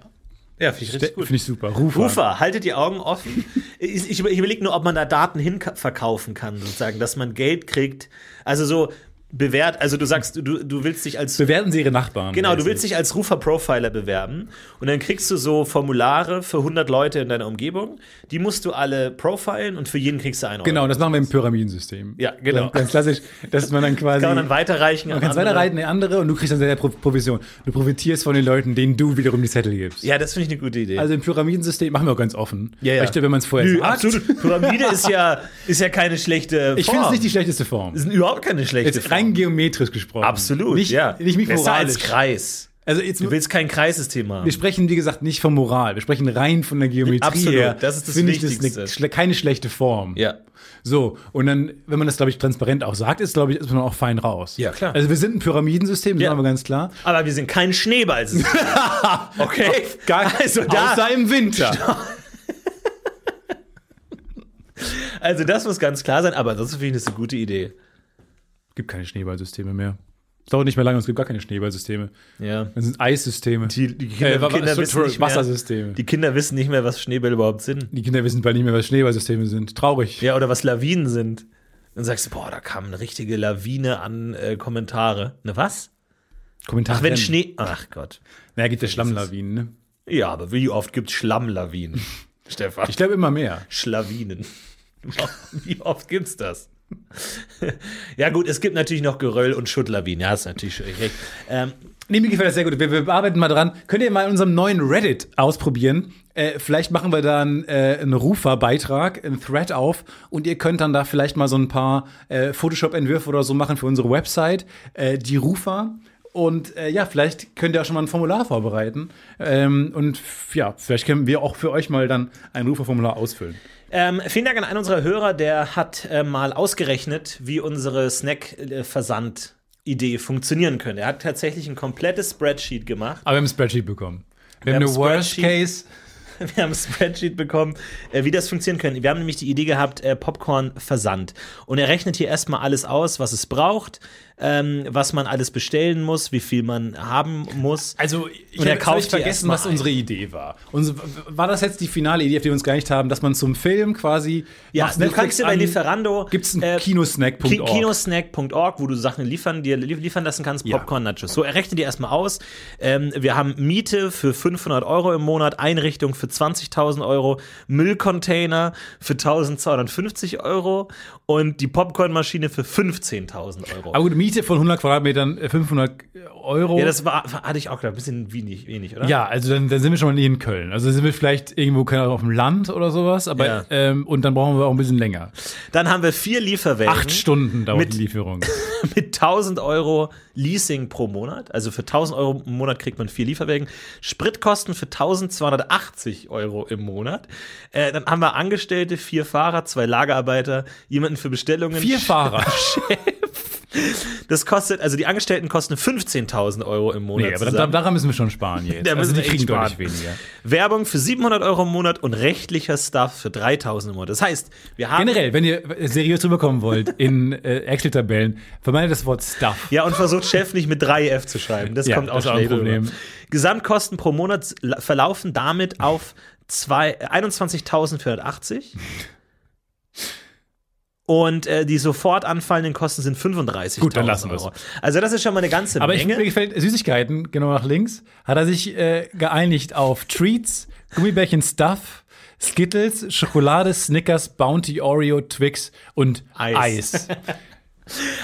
Speaker 1: Ja, finde ich richtig gut.
Speaker 2: Finde ich super. Rufer.
Speaker 1: Rufer, haltet die Augen offen. Ich, ich überlege nur, ob man da Daten hin verkaufen kann, sozusagen, dass man Geld kriegt. Also so bewährt, also du sagst, du, du willst dich als
Speaker 2: Bewerten Sie Ihre Nachbarn.
Speaker 1: Genau, du willst dich als Rufer-Profiler bewerben und dann kriegst du so Formulare für 100 Leute in deiner Umgebung. Die musst du alle profilen und für jeden kriegst du einen Euro.
Speaker 2: Genau, das machen wir im Pyramidensystem.
Speaker 1: Ja, genau.
Speaker 2: Ganz- Ganz klassisch, dass man dann quasi.
Speaker 1: Kann man dann weiterreichen.
Speaker 2: man kann es weiterreiten in andere und du kriegst dann deine Pro- Provision. Du profitierst von den Leuten, denen du wiederum die Zettel gibst.
Speaker 1: Ja, das finde ich eine gute Idee.
Speaker 2: Also im Pyramidensystem machen wir auch ganz offen.
Speaker 1: Ja, ja.
Speaker 2: Weil Ich glaube, wenn man es vorher
Speaker 1: Nö,
Speaker 2: sagt.
Speaker 1: absolut. Pyramide ist ja, ist ja keine schlechte Form.
Speaker 2: Ich finde es nicht die schlechteste Form.
Speaker 1: ist überhaupt keine schlechte
Speaker 2: Jetzt
Speaker 1: Form.
Speaker 2: rein geometrisch gesprochen.
Speaker 1: Absolut,
Speaker 2: Nicht,
Speaker 1: ja.
Speaker 2: nicht mich
Speaker 1: Besser als
Speaker 2: moralisch.
Speaker 1: Kreis.
Speaker 2: Also jetzt,
Speaker 1: Du
Speaker 2: wir
Speaker 1: willst kein Kreisesthema. haben.
Speaker 2: sprechen, wie gesagt, nicht von Moral. Wir sprechen rein von der Geometrie.
Speaker 1: Absolut,
Speaker 2: her.
Speaker 1: das ist das
Speaker 2: Finde ich
Speaker 1: Wichtigste.
Speaker 2: Das eine, schle- keine schlechte Form.
Speaker 1: Ja.
Speaker 2: So, und dann, wenn man das, glaube ich, transparent auch sagt, ist, glaube ich, ist man auch fein raus.
Speaker 1: Ja, klar.
Speaker 2: Also wir sind ein Pyramidensystem,
Speaker 1: Ja.
Speaker 2: sind wir ganz klar.
Speaker 1: Aber wir sind kein Schneeballsystem. okay.
Speaker 2: Gar, also
Speaker 1: da-
Speaker 2: außer im Winter.
Speaker 1: Also das muss ganz klar sein, aber ansonsten finde ich das eine gute Idee.
Speaker 2: gibt keine Schneeballsysteme mehr. Es dauert nicht mehr lange, es gibt gar keine Schneeballsysteme.
Speaker 1: Ja.
Speaker 2: Das sind Eissysteme.
Speaker 1: Die, die Kinder,
Speaker 2: Äh, wa- wa-
Speaker 1: Kinder wissen
Speaker 2: Entschuldigung,
Speaker 1: nicht mehr,
Speaker 2: Wassersysteme.
Speaker 1: Die Kinder wissen nicht mehr, was Schneebälle überhaupt sind.
Speaker 2: Die Kinder wissen bald nicht mehr, was Schneeballsysteme sind. Traurig.
Speaker 1: Ja, oder was Lawinen sind. Dann sagst du, boah, da kam eine richtige Lawine an äh, Kommentare. Ne, was?
Speaker 2: Kommentar.
Speaker 1: Ach, wenn Schnee. Ach Gott.
Speaker 2: Naja, gibt ja Schlammlawinen, ne?
Speaker 1: Ja, aber wie oft gibt's Schlammlawinen? Stefan.
Speaker 2: Ich glaube immer mehr.
Speaker 1: Schlawinen. Wie oft gibt's das? ja, gut, es gibt natürlich noch Geröll und Schuttlawinen. Ja, ist natürlich schon recht. Ähm,
Speaker 2: Nee, mir gefällt das sehr gut. Wir, wir arbeiten mal dran. Könnt ihr mal in unserem neuen Reddit ausprobieren? Äh, vielleicht machen wir da einen, äh, einen Rufer-Beitrag, einen Thread auf und ihr könnt dann da vielleicht mal so ein paar äh, Photoshop-Entwürfe oder so machen für unsere Website, äh, die Rufer. Und äh, ja, vielleicht könnt ihr auch schon mal ein Formular vorbereiten. Ähm, und f- ja, vielleicht können wir auch für euch mal dann ein Rufer-Formular ausfüllen.
Speaker 1: ähm, vielen Dank an einen unserer Hörer, der hat äh, mal ausgerechnet, wie unsere Snack-Versand-Idee funktionieren könnte. Er hat tatsächlich ein komplettes Spreadsheet gemacht.
Speaker 2: Aber wir haben ein Spreadsheet bekommen. Wir,
Speaker 1: haben
Speaker 2: haben
Speaker 1: ein
Speaker 2: eine Worst
Speaker 1: Spreadsheet.
Speaker 2: Case.
Speaker 1: Wir haben ein Spreadsheet bekommen, äh, wie das funktionieren könnte. Wir haben nämlich die Idee gehabt, äh, Popcorn-Versand. Und er rechnet hier erstmal alles aus, was es braucht, ähm, was man alles bestellen muss, wie viel man haben muss.
Speaker 2: Also, ich
Speaker 1: Und er
Speaker 2: habe
Speaker 1: kauft
Speaker 2: kauft
Speaker 1: dir
Speaker 2: vergessen,
Speaker 1: erstmal
Speaker 2: was unsere Idee war. Unsere, war das jetzt die finale Idee, auf die wir uns geeinigt haben, dass man zum Film quasi.
Speaker 1: Ja,
Speaker 2: machst
Speaker 1: du kannst dir bei Lieferando
Speaker 2: Gibt's einen
Speaker 1: äh, Ki-
Speaker 2: Kinosnack.org.
Speaker 1: Kinosnack.org, wo du Sachen liefern, dir li- liefern lassen kannst,
Speaker 2: Ja.
Speaker 1: Popcorn Nachos. So, errechne dir erstmal aus. Ähm, wir haben Miete für 500 Euro im Monat, Einrichtung für 20.000 Euro, Müllcontainer für 1.250 Euro und die Popcornmaschine für 15.000 Euro.
Speaker 2: aber gut, Miete von 100 Quadratmetern, äh, 500 Euro.
Speaker 1: ja, das war, hatte ich auch gedacht, ein bisschen wenig, wenig oder?
Speaker 2: Ja, also dann, dann sind wir schon mal nicht in Köln. Also sind wir vielleicht irgendwo, keine Ahnung, auf dem Land oder sowas. Aber,
Speaker 1: Ja.
Speaker 2: ähm, und dann brauchen wir auch ein bisschen länger.
Speaker 1: Dann haben wir vier Lieferwelten.
Speaker 2: Acht Stunden dauert
Speaker 1: Mhm. Mit-
Speaker 2: die Lieferung.
Speaker 1: mit 1000 Euro Leasing pro Monat. Also für 1000 Euro im Monat kriegt man vier Lieferwägen. Spritkosten für 1280 Euro im Monat. Äh, dann haben wir Angestellte, vier Fahrer, zwei Lagerarbeiter, jemanden für Bestellungen.
Speaker 2: Vier Fahrer.
Speaker 1: Chef, Das kostet, also die Angestellten kosten 15.000 Euro im Monat.
Speaker 2: Nee, aber da,
Speaker 1: zusammen.
Speaker 2: daran müssen wir schon sparen jetzt.
Speaker 1: Da
Speaker 2: also
Speaker 1: müssen
Speaker 2: die
Speaker 1: wir echt
Speaker 2: kriegen
Speaker 1: sparen.
Speaker 2: deutlich weniger.
Speaker 1: Werbung für 700 Euro im Monat und rechtlicher Stuff für 3.000 im Monat. Das heißt, wir haben
Speaker 2: Generell, wenn ihr seriös rüberkommen wollt in äh, Excel-Tabellen, vermeidet das Wort Stuff.
Speaker 1: Ja, und versucht Chef nicht mit 3F zu schreiben. Das
Speaker 2: Ja,
Speaker 1: kommt auch
Speaker 2: das ist auch ein
Speaker 1: schnell
Speaker 2: Problem.
Speaker 1: rüber. Gesamtkosten pro Monat la- verlaufen damit auf zwei- äh, 21.480. Und äh, die sofort anfallenden Kosten sind 35.000
Speaker 2: Gut, dann lassen wir's.
Speaker 1: Euro. Also das ist schon mal eine ganze
Speaker 2: Aber ich, mir
Speaker 1: Menge.
Speaker 2: gefällt Süßigkeiten, genau nach links, hat er sich äh, geeinigt auf Treats, Gummibärchen Stuff, Skittles, Schokolade, Snickers, Bounty, Oreo, Twix und
Speaker 1: Eis.
Speaker 2: Eis.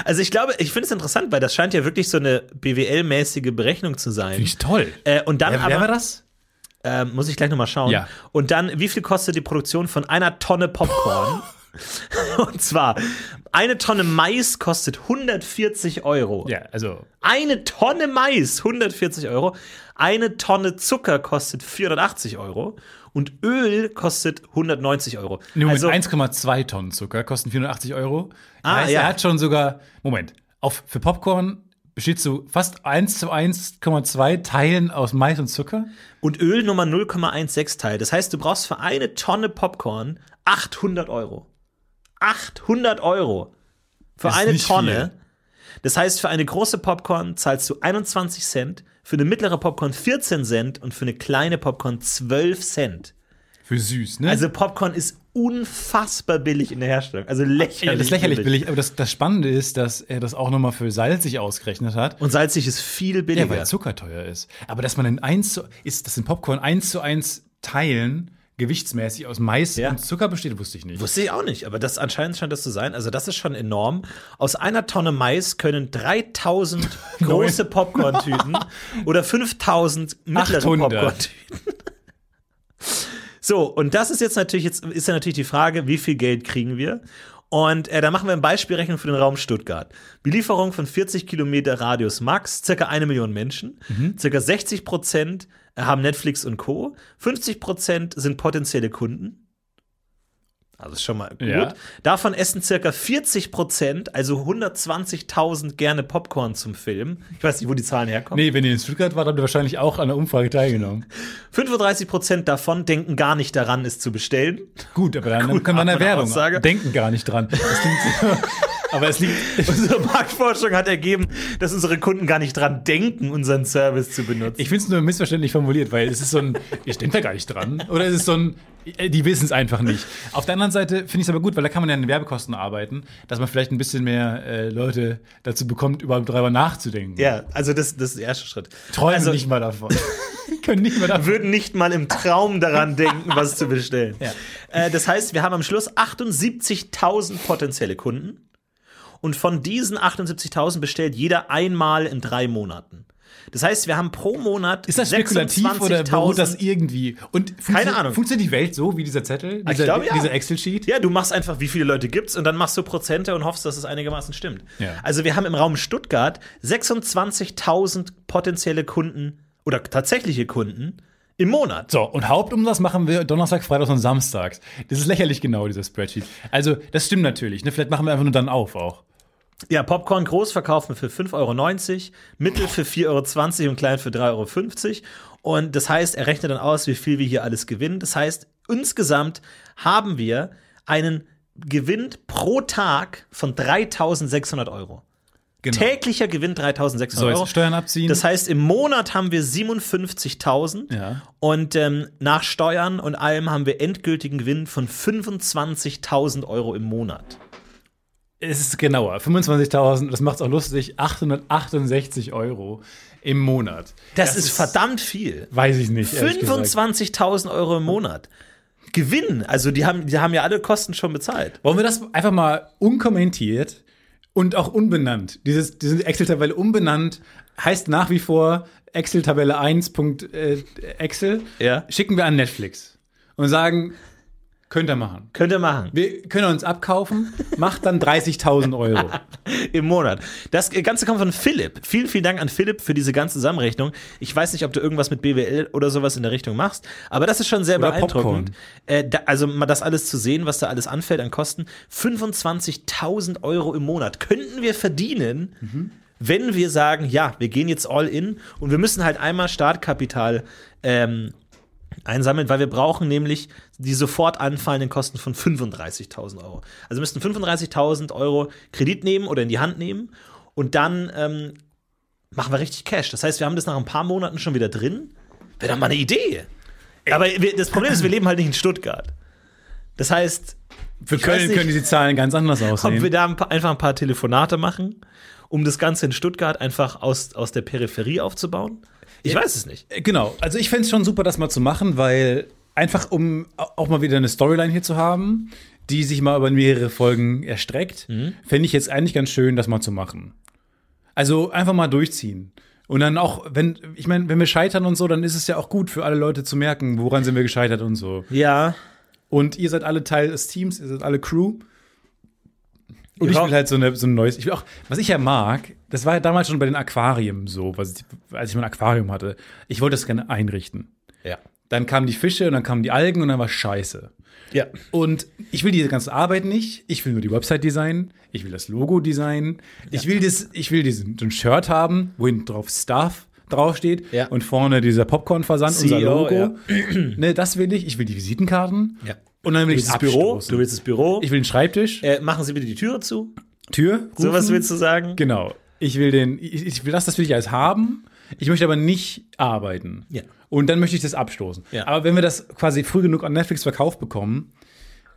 Speaker 1: also ich glaube, ich finde es interessant, weil das scheint ja wirklich so eine BWL-mäßige Berechnung zu sein.
Speaker 2: Finde ich toll.
Speaker 1: Äh, und dann
Speaker 2: Wer, wer
Speaker 1: aber
Speaker 2: war das?
Speaker 1: Ähm, muss ich gleich nochmal schauen.
Speaker 2: Ja.
Speaker 1: Und dann, wie viel kostet die Produktion von einer Tonne Popcorn? Und zwar, eine Tonne Mais kostet 140 Euro.
Speaker 2: Ja, also
Speaker 1: Eine Tonne Mais, 140 Euro. Eine Tonne Zucker kostet 480 Euro. Und Öl kostet 190 Euro.
Speaker 2: Nee, Moment,
Speaker 1: also,
Speaker 2: 1,2 Tonnen Zucker kosten 480 Euro.
Speaker 1: Ah,
Speaker 2: Ah, heißt,
Speaker 1: ja.
Speaker 2: Er hat schon sogar, Moment, auf, für Popcorn besteht so fast 1 zu 1,2 Teilen aus Mais und Zucker.
Speaker 1: und Öl Nummer 0,16 Teil. Das heißt, du brauchst für eine Tonne Popcorn 800 Euro. 800 Euro. Für
Speaker 2: Ist
Speaker 1: eine
Speaker 2: nicht
Speaker 1: Tonne.
Speaker 2: viel.
Speaker 1: Das heißt, für eine große Popcorn zahlst du 21 Cent, für eine mittlere Popcorn 14 Cent und für eine kleine Popcorn 12 Cent.
Speaker 2: Für süß, ne?
Speaker 1: Also Popcorn ist unfassbar billig in der Herstellung. Also lächerlich.
Speaker 2: ja, das ist lächerlich billig. Aber das, das Spannende ist, dass er das auch nochmal für salzig ausgerechnet hat.
Speaker 1: Und salzig ist viel
Speaker 2: Ja,
Speaker 1: billiger.
Speaker 2: weil Zucker teuer ist. Aber dass man in 1 zu, ist, das in Popcorn 1 zu 1 Teilen gewichtsmäßig aus Mais
Speaker 1: Ja.
Speaker 2: und Zucker besteht, wusste ich nicht.
Speaker 1: Wusste ich auch nicht, aber das anscheinend scheint das zu sein. Also das ist schon enorm. Aus einer Tonne Mais können 3000 große Popcorn-Tüten oder 5000 mittlere
Speaker 2: 800.
Speaker 1: Popcorn-Tüten. So, und das ist jetzt natürlich jetzt ist ja natürlich die Frage, wie viel Geld kriegen wir? Und äh, da machen wir eine Beispielrechnung für den Raum Stuttgart. Belieferung von 40 Kilometer Radius Max, circa eine Million Menschen, circa 60 Prozent äh, haben Netflix und Co. 50 Prozent sind potenzielle Kunden. Also ist schon mal gut.
Speaker 2: Ja.
Speaker 1: Davon essen circa 40 Prozent, also 120.000 gerne Popcorn zum Film. Ich weiß nicht, wo die Zahlen herkommen.
Speaker 2: Nee, wenn ihr in Stuttgart wart, habt ihr wahrscheinlich auch an der Umfrage teilgenommen.
Speaker 1: 35 Prozent davon denken gar nicht daran, es zu bestellen.
Speaker 2: Gut, aber dann kann
Speaker 1: hat
Speaker 2: man der
Speaker 1: man eine
Speaker 2: Werbung.
Speaker 1: Aussage.
Speaker 2: Denken gar nicht dran. Das klingt so, aber es liegt.
Speaker 1: Unsere Marktforschung hat ergeben, dass unsere Kunden gar nicht dran denken, unseren Service zu benutzen.
Speaker 2: Ich finde es nur missverständlich formuliert, weil es ist so ein, ich denke da gar nicht dran. Oder es ist so ein, äh, die wissen es einfach nicht. Auf der anderen Seite finde ich es aber gut, weil da kann man ja an den Werbekosten arbeiten, dass man vielleicht ein bisschen mehr äh, Leute dazu bekommt, überhaupt darüber nachzudenken.
Speaker 1: ja, also das, das ist der erste Schritt.
Speaker 2: Träumen
Speaker 1: also,
Speaker 2: nicht mal davon. Die können nicht mal davon.
Speaker 1: würden nicht mal im Traum daran denken, was zu bestellen.
Speaker 2: Ja.
Speaker 1: Äh, das heißt, wir haben am Schluss 78.000 potenzielle Kunden. Und von diesen 78.000 bestellt jeder einmal in drei Monaten. Das heißt, wir haben pro Monat.
Speaker 2: Ist das spekulativ oder
Speaker 1: 26.000
Speaker 2: beruht das irgendwie? Und funktio-
Speaker 1: Ahnung.
Speaker 2: Funktioniert die Welt so wie dieser Zettel, dieser,
Speaker 1: glaube, ja.
Speaker 2: dieser Excel-Sheet?
Speaker 1: Ja, du machst einfach, wie viele Leute gibt's und dann machst du Prozente und hoffst, dass es einigermaßen stimmt.
Speaker 2: Ja.
Speaker 1: Also wir haben im Raum Stuttgart 26.000 potenzielle Kunden oder tatsächliche Kunden im Monat.
Speaker 2: So, und Hauptumsatz machen wir Donnerstag, Freitags und Samstags. Das ist lächerlich genau, dieser Spreadsheet. Also, das stimmt natürlich. Ne? Vielleicht machen wir einfach nur dann auf auch.
Speaker 1: Ja, Popcorn groß verkaufen für 5,90 Euro, Mittel für 4,20 Euro und klein für 3,50 Euro. Und das heißt, er rechnet dann aus, wie viel wir hier alles gewinnen. Das heißt, insgesamt haben wir einen Gewinn pro Tag von 3.600 Euro.
Speaker 2: Genau.
Speaker 1: Täglicher Gewinn 3.600
Speaker 2: so,
Speaker 1: Euro.
Speaker 2: jetzt Steuern abziehen.
Speaker 1: Das heißt, im Monat haben wir 57.000
Speaker 2: Ja.
Speaker 1: und ähm, nach Steuern und allem haben wir endgültigen Gewinn von 25.000 Euro im Monat.
Speaker 2: es ist genauer. 25.000, das macht's auch lustig, 868 Euro im Monat.
Speaker 1: Das, ist verdammt viel.
Speaker 2: Weiß ich nicht. ehrlich gesagt.
Speaker 1: 25.000 Euro im Monat. Gewinn. Also die haben, die haben ja alle Kosten schon bezahlt.
Speaker 2: Wollen wir das einfach mal unkommentiert und auch unbenannt? Dieses, diese Excel-Tabelle unbenannt heißt nach wie vor Excel-Tabelle 1. Punkt, äh, Excel.
Speaker 1: Ja.
Speaker 2: Schicken wir an Netflix und sagen, Könnt ihr machen.
Speaker 1: Könnt ihr machen.
Speaker 2: Wir können uns abkaufen, macht dann 30.000 Euro.
Speaker 1: Im Monat. Das Ganze kommt von Philipp. Vielen, vielen Dank an Philipp für diese ganze Zusammenrechnung. Ich weiß nicht, ob du irgendwas mit BWL oder sowas in der Richtung machst, aber das ist schon sehr
Speaker 2: Oder
Speaker 1: beeindruckend. Äh, da, also mal das alles zu sehen, was da alles anfällt an Kosten. 25.000 Euro im Monat könnten wir verdienen, wenn wir sagen, ja, wir gehen jetzt all in und wir müssen halt einmal Startkapital ähm, einsammeln, weil wir brauchen nämlich die sofort anfallenden Kosten von 35.000 Euro. Also wir müssten 35.000 Euro Kredit nehmen oder in die Hand nehmen und dann ähm, machen wir richtig Cash. Das heißt, wir haben das nach ein paar Monaten schon wieder drin. Wäre doch mal eine Idee. Aber wir, das Problem ist, wir leben halt nicht in Stuttgart. Das heißt,
Speaker 2: Für
Speaker 1: Ich weiß
Speaker 2: Köln
Speaker 1: nicht.
Speaker 2: können diese Zahlen ganz anders
Speaker 1: ob wir
Speaker 2: aussehen.
Speaker 1: da ein paar, einfach ein paar Telefonate machen, um das Ganze in Stuttgart einfach aus, aus der Peripherie aufzubauen? Ich weiß es nicht.
Speaker 2: Äh, Genau, also ich fände es schon super, das mal zu machen, weil einfach um au- auch mal wieder eine Storyline hier zu haben, die sich mal über mehrere Folgen erstreckt, fände ich jetzt eigentlich ganz schön, das mal zu machen. Also einfach mal durchziehen. Und dann auch, wenn, ich meine, wenn wir scheitern und so, dann ist es ja auch gut für alle Leute zu merken, woran sind wir gescheitert und so.
Speaker 1: Ja,
Speaker 2: Und ihr seid alle Teil des Teams, ihr seid alle Crew. Und ich
Speaker 1: Ja.
Speaker 2: will halt so, eine, so ein neues. Ich will auch, was ich ja mag, das war ja damals schon bei den Aquarien so, was ich, als ich mein Aquarium hatte. Ich wollte das gerne einrichten.
Speaker 1: ja,
Speaker 2: Dann kamen die Fische und dann kamen die Algen und dann war Scheiße.
Speaker 1: ja.
Speaker 2: Und ich will diese ganze Arbeit nicht. Ich will nur die Website designen. Ich will das Logo designen. Ich will, das, ich will diesen, so ein Shirt haben, wo hinten drauf Stuff draufsteht
Speaker 1: Ja.
Speaker 2: und vorne dieser Popcorn-Versand, unser
Speaker 1: CEO,
Speaker 2: Logo.
Speaker 1: ja.
Speaker 2: ne, das will ich. Ich will die Visitenkarten.
Speaker 1: Ja.
Speaker 2: Und dann will ich
Speaker 1: Das Büro,
Speaker 2: abstoßen.
Speaker 1: du willst das Büro.
Speaker 2: Ich will den Schreibtisch,
Speaker 1: äh, machen Sie bitte die Türe zu.
Speaker 2: Tür. Rufen.
Speaker 1: Sowas willst du sagen?
Speaker 2: Genau. Ich will den, ich, ich will das, das will ich alles haben. Ich möchte aber nicht arbeiten.
Speaker 1: Ja.
Speaker 2: Und dann möchte ich das abstoßen.
Speaker 1: Ja.
Speaker 2: Aber wenn wir das quasi früh genug an Netflix verkauft bekommen,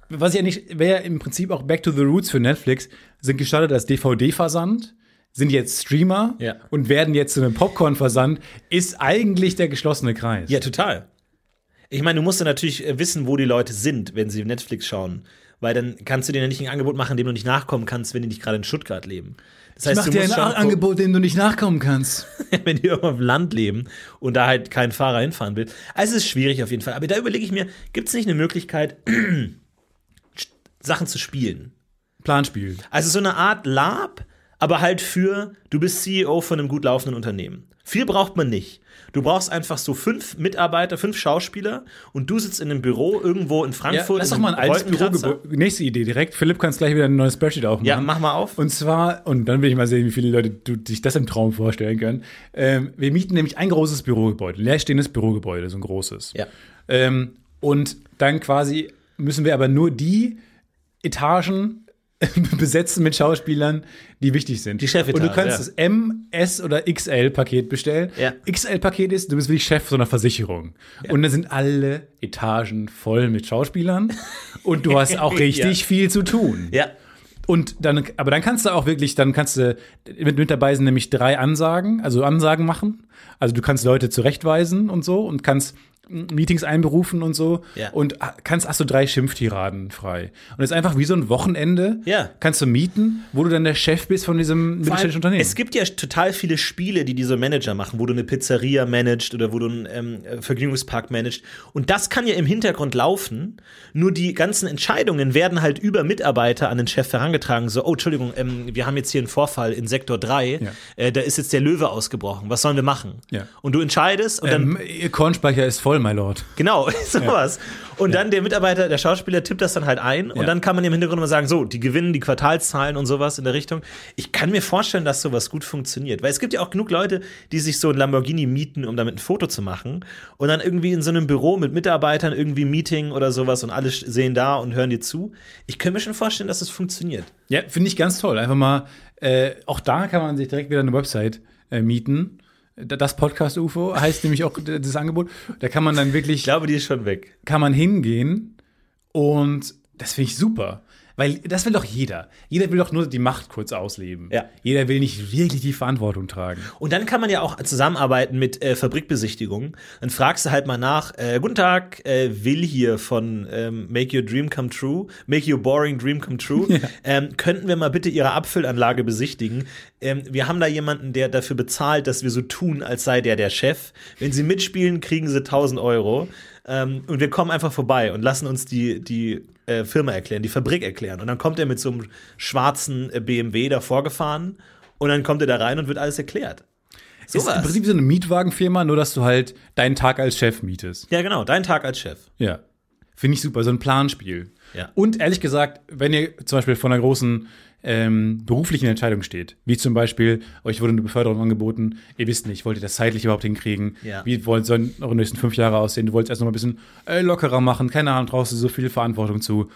Speaker 2: was ja nicht, wäre im Prinzip auch Back to the Roots für Netflix, sind gestartet als DVD-Versand, sind jetzt Streamer
Speaker 1: Ja.
Speaker 2: und werden jetzt zu einem Popcorn-Versand, ist eigentlich der geschlossene Kreis.
Speaker 1: Ja, total. Ich meine, du musst dann natürlich äh, wissen, wo die Leute sind, wenn sie Netflix schauen. Weil dann kannst du denen ja nicht ein Angebot machen, dem du nicht nachkommen kannst, wenn die nicht gerade in Stuttgart leben. Das
Speaker 2: Ich mach
Speaker 1: du
Speaker 2: dir ein
Speaker 1: musst schon gucken,
Speaker 2: Angebot, dem du nicht nachkommen kannst.
Speaker 1: wenn die irgendwo auf dem Land leben und da halt kein Fahrer hinfahren will. Also es ist schwierig auf jeden Fall. Aber da überlege ich mir, gibt es nicht eine Möglichkeit, Sachen zu spielen?
Speaker 2: Planspiel.
Speaker 1: Also so eine Art Lab, aber halt für, du bist CEO von einem gut laufenden Unternehmen. Viel braucht man nicht. Du brauchst einfach so fünf Mitarbeiter, fünf Schauspieler und du sitzt in einem Büro irgendwo in
Speaker 2: Ja,
Speaker 1: Frankfurt.
Speaker 2: lass
Speaker 1: in
Speaker 2: doch mal ein
Speaker 1: einem
Speaker 2: altes Büro.
Speaker 1: Wolkenkratzer.
Speaker 2: Nächste Idee direkt. Philipp kannst gleich wieder ein neues Spreadsheet aufmachen.
Speaker 1: Ja, mach mal auf.
Speaker 2: Und zwar, und dann will ich mal sehen, wie viele Leute du, sich das im Traum vorstellen können. Ähm, wir mieten nämlich ein großes Bürogebäude, ein leerstehendes Bürogebäude, so ein großes.
Speaker 1: Ja.
Speaker 2: Ähm, und dann quasi müssen wir aber nur die Etagen besetzen mit Schauspielern, die wichtig sind.
Speaker 1: Die Chefetage,
Speaker 2: Und du kannst
Speaker 1: ja.
Speaker 2: das M, S oder XL-Paket bestellen.
Speaker 1: Ja.
Speaker 2: XL-Paket ist, du bist wirklich Chef so einer Versicherung. Und dann sind alle Etagen voll mit Schauspielern. und du hast auch richtig viel zu tun.
Speaker 1: ja.
Speaker 2: Und dann, aber dann kannst du auch wirklich, dann kannst du mit, mit dabei sind nämlich drei Ansagen, also Ansagen machen. Also du kannst Leute zurechtweisen und so und kannst m, Meetings einberufen und so
Speaker 1: Ja.
Speaker 2: und a- kannst hast du drei Schimpftiraden frei und es ist einfach wie so ein Wochenende
Speaker 1: Ja.
Speaker 2: kannst du mieten wo du dann der Chef bist von diesem
Speaker 1: Vor allem,
Speaker 2: mittelständischen Unternehmen
Speaker 1: Es gibt ja total viele Spiele, die diese Manager machen, wo du eine Pizzeria managst oder wo du einen ähm, Vergnügungspark managst. Und das kann ja im Hintergrund laufen. Nur die ganzen Entscheidungen werden halt über Mitarbeiter an den Chef herangetragen. So, oh, Entschuldigung, ähm, wir haben jetzt hier einen Vorfall in Sektor 3.
Speaker 2: Ja.
Speaker 1: Äh, da ist jetzt der Löwe ausgebrochen. Was sollen wir machen?
Speaker 2: Ja.
Speaker 1: Und du entscheidest und dann
Speaker 2: ähm, ihr Kornspeicher ist voll my lord
Speaker 1: Genau, sowas. Und dann der Mitarbeiter, der Schauspieler tippt das dann halt ein und
Speaker 2: Ja.
Speaker 1: dann kann man im Hintergrund mal sagen, so, die gewinnen die Quartalszahlen und sowas in der Richtung. Ich kann mir vorstellen, dass sowas gut funktioniert, weil es gibt ja auch genug Leute, die sich so ein Lamborghini mieten, um damit ein Foto zu machen und dann irgendwie in so einem Büro mit Mitarbeitern irgendwie Meeting oder sowas und alle sehen da und hören dir zu. Ich könnte mir schon vorstellen, dass es funktioniert.
Speaker 2: Ja, finde ich ganz toll. Einfach mal, äh, auch da kann man sich direkt wieder eine Website äh, mieten. D- Das Podcast UFO heißt nämlich auch d- das Angebot. Da kann man dann wirklich,
Speaker 1: Ich glaube, die ist schon weg.
Speaker 2: kann man hingehen und das finde ich super. Weil das will doch jeder. Jeder will doch nur die Macht kurz ausleben.
Speaker 1: Ja.
Speaker 2: Jeder will nicht wirklich die Verantwortung tragen.
Speaker 1: Und dann kann man ja auch zusammenarbeiten mit äh, Fabrikbesichtigungen. Dann fragst du halt mal nach, äh, guten Tag, äh, Will hier von ähm, Make Your Dream Come True, Make Your Boring Dream Come True. Ähm, könnten wir mal bitte Ihre Abfüllanlage besichtigen? Ähm, wir haben da jemanden, der dafür bezahlt, dass wir so tun, als sei der der Chef. Wenn Sie mitspielen, kriegen Sie 1000 Euro. Ähm, und wir kommen einfach vorbei und lassen uns die, die äh, Firma erklären, die Fabrik erklären. Und dann kommt er mit so einem schwarzen äh, BMW davor gefahren und dann kommt er da rein und wird alles erklärt.
Speaker 2: So ist im
Speaker 1: Sowas.
Speaker 2: Prinzip so eine Mietwagenfirma, nur dass du halt deinen Tag als Chef mietest.
Speaker 1: Ja, genau, dein Tag als Chef.
Speaker 2: Ja. Finde ich super, so ein Planspiel.
Speaker 1: Ja.
Speaker 2: Und ehrlich gesagt, wenn ihr zum Beispiel vor einer großen ähm, beruflichen Entscheidung steht, wie zum Beispiel, euch wurde eine Beförderung angeboten, ihr wisst nicht, wollt ihr das zeitlich überhaupt hinkriegen?
Speaker 1: Ja.
Speaker 2: Wie wollen, sollen eure nächsten fünf Jahre aussehen? Du wolltest erst noch mal ein bisschen äh, lockerer machen, keine Ahnung, traust du so viel Verantwortung zu.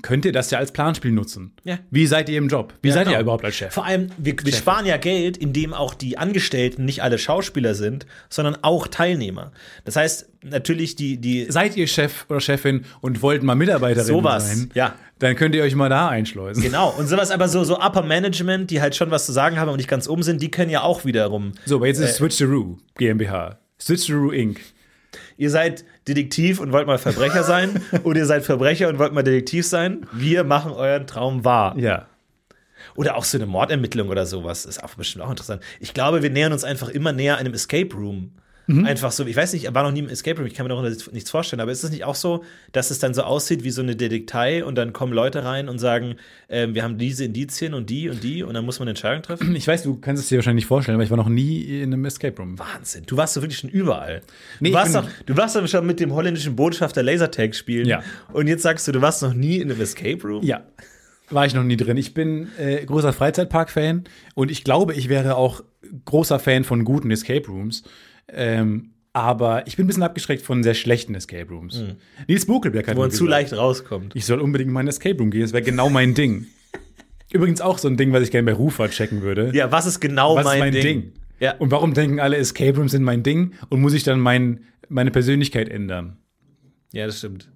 Speaker 2: Könnt ihr das ja als Planspiel nutzen?
Speaker 1: Ja.
Speaker 2: Wie seid ihr im Job? Wie seid
Speaker 1: genau.
Speaker 2: ihr überhaupt als Chef?
Speaker 1: Vor allem, wir, wir sparen ja Geld, indem auch die Angestellten nicht alle Schauspieler sind, sondern auch Teilnehmer. Das heißt, natürlich die, die
Speaker 2: Seid ihr Chef oder Chefin und wollt mal Mitarbeiterin
Speaker 1: Sowas,
Speaker 2: sein?
Speaker 1: ja.
Speaker 2: Dann könnt ihr euch mal da einschleusen.
Speaker 1: Genau, und sowas aber so, so Upper Management, die halt schon was zu sagen haben und nicht ganz oben sind, die können ja auch wiederum.
Speaker 2: So, aber jetzt
Speaker 1: Äh.
Speaker 2: ist Switcheroo GmbH. Switcheroo Inc.
Speaker 1: Ihr seid Detektiv und wollt mal Verbrecher sein oder ihr seid Verbrecher und wollt mal Detektiv sein. Wir machen euren Traum wahr.
Speaker 2: Ja.
Speaker 1: Oder auch so eine Mordermittlung oder sowas. Ist auch bestimmt auch interessant. Ich glaube, wir nähern uns einfach immer näher einem Escape Room.
Speaker 2: Mhm.
Speaker 1: Einfach so, ich weiß nicht, ich war noch nie im Escape Room, ich kann mir noch nichts vorstellen, aber ist es nicht auch so, dass es dann so aussieht wie so eine Detektei und dann kommen Leute rein und sagen, ähm, wir haben diese Indizien und die und die und dann muss man eine Entscheidung treffen?
Speaker 2: Ich weiß, du kannst es dir wahrscheinlich nicht vorstellen, aber ich war noch nie in einem Escape Room.
Speaker 1: Wahnsinn. Du warst so wirklich schon überall. du,
Speaker 2: Nee, ich
Speaker 1: warst
Speaker 2: bin-
Speaker 1: doch, du warst doch schon mit dem holländischen Botschafter Lasertag spielen.
Speaker 2: Ja.
Speaker 1: Und jetzt sagst du, du warst noch nie in einem Escape Room?
Speaker 2: Ja. War ich noch nie drin. Ich bin äh, großer Freizeitpark-Fan und ich glaube, ich wäre auch großer Fan von guten Escape Rooms. Ähm, aber ich bin ein bisschen abgeschreckt von sehr schlechten Escape Rooms. Nils Buckelberg hat
Speaker 1: Mhm. Wo
Speaker 2: mir
Speaker 1: man zu
Speaker 2: gesagt,
Speaker 1: leicht rauskommt.
Speaker 2: ich soll unbedingt in meinen Escape Room gehen, das wäre genau mein Ding. Übrigens auch so ein Ding, was ich gerne bei Rufa checken würde.
Speaker 1: Ja, was ist genau
Speaker 2: was
Speaker 1: mein,
Speaker 2: ist mein Ding?
Speaker 1: Ja.
Speaker 2: Und warum denken alle, Escape Rooms sind mein Ding und muss ich dann mein, meine Persönlichkeit ändern?
Speaker 1: ja, das stimmt.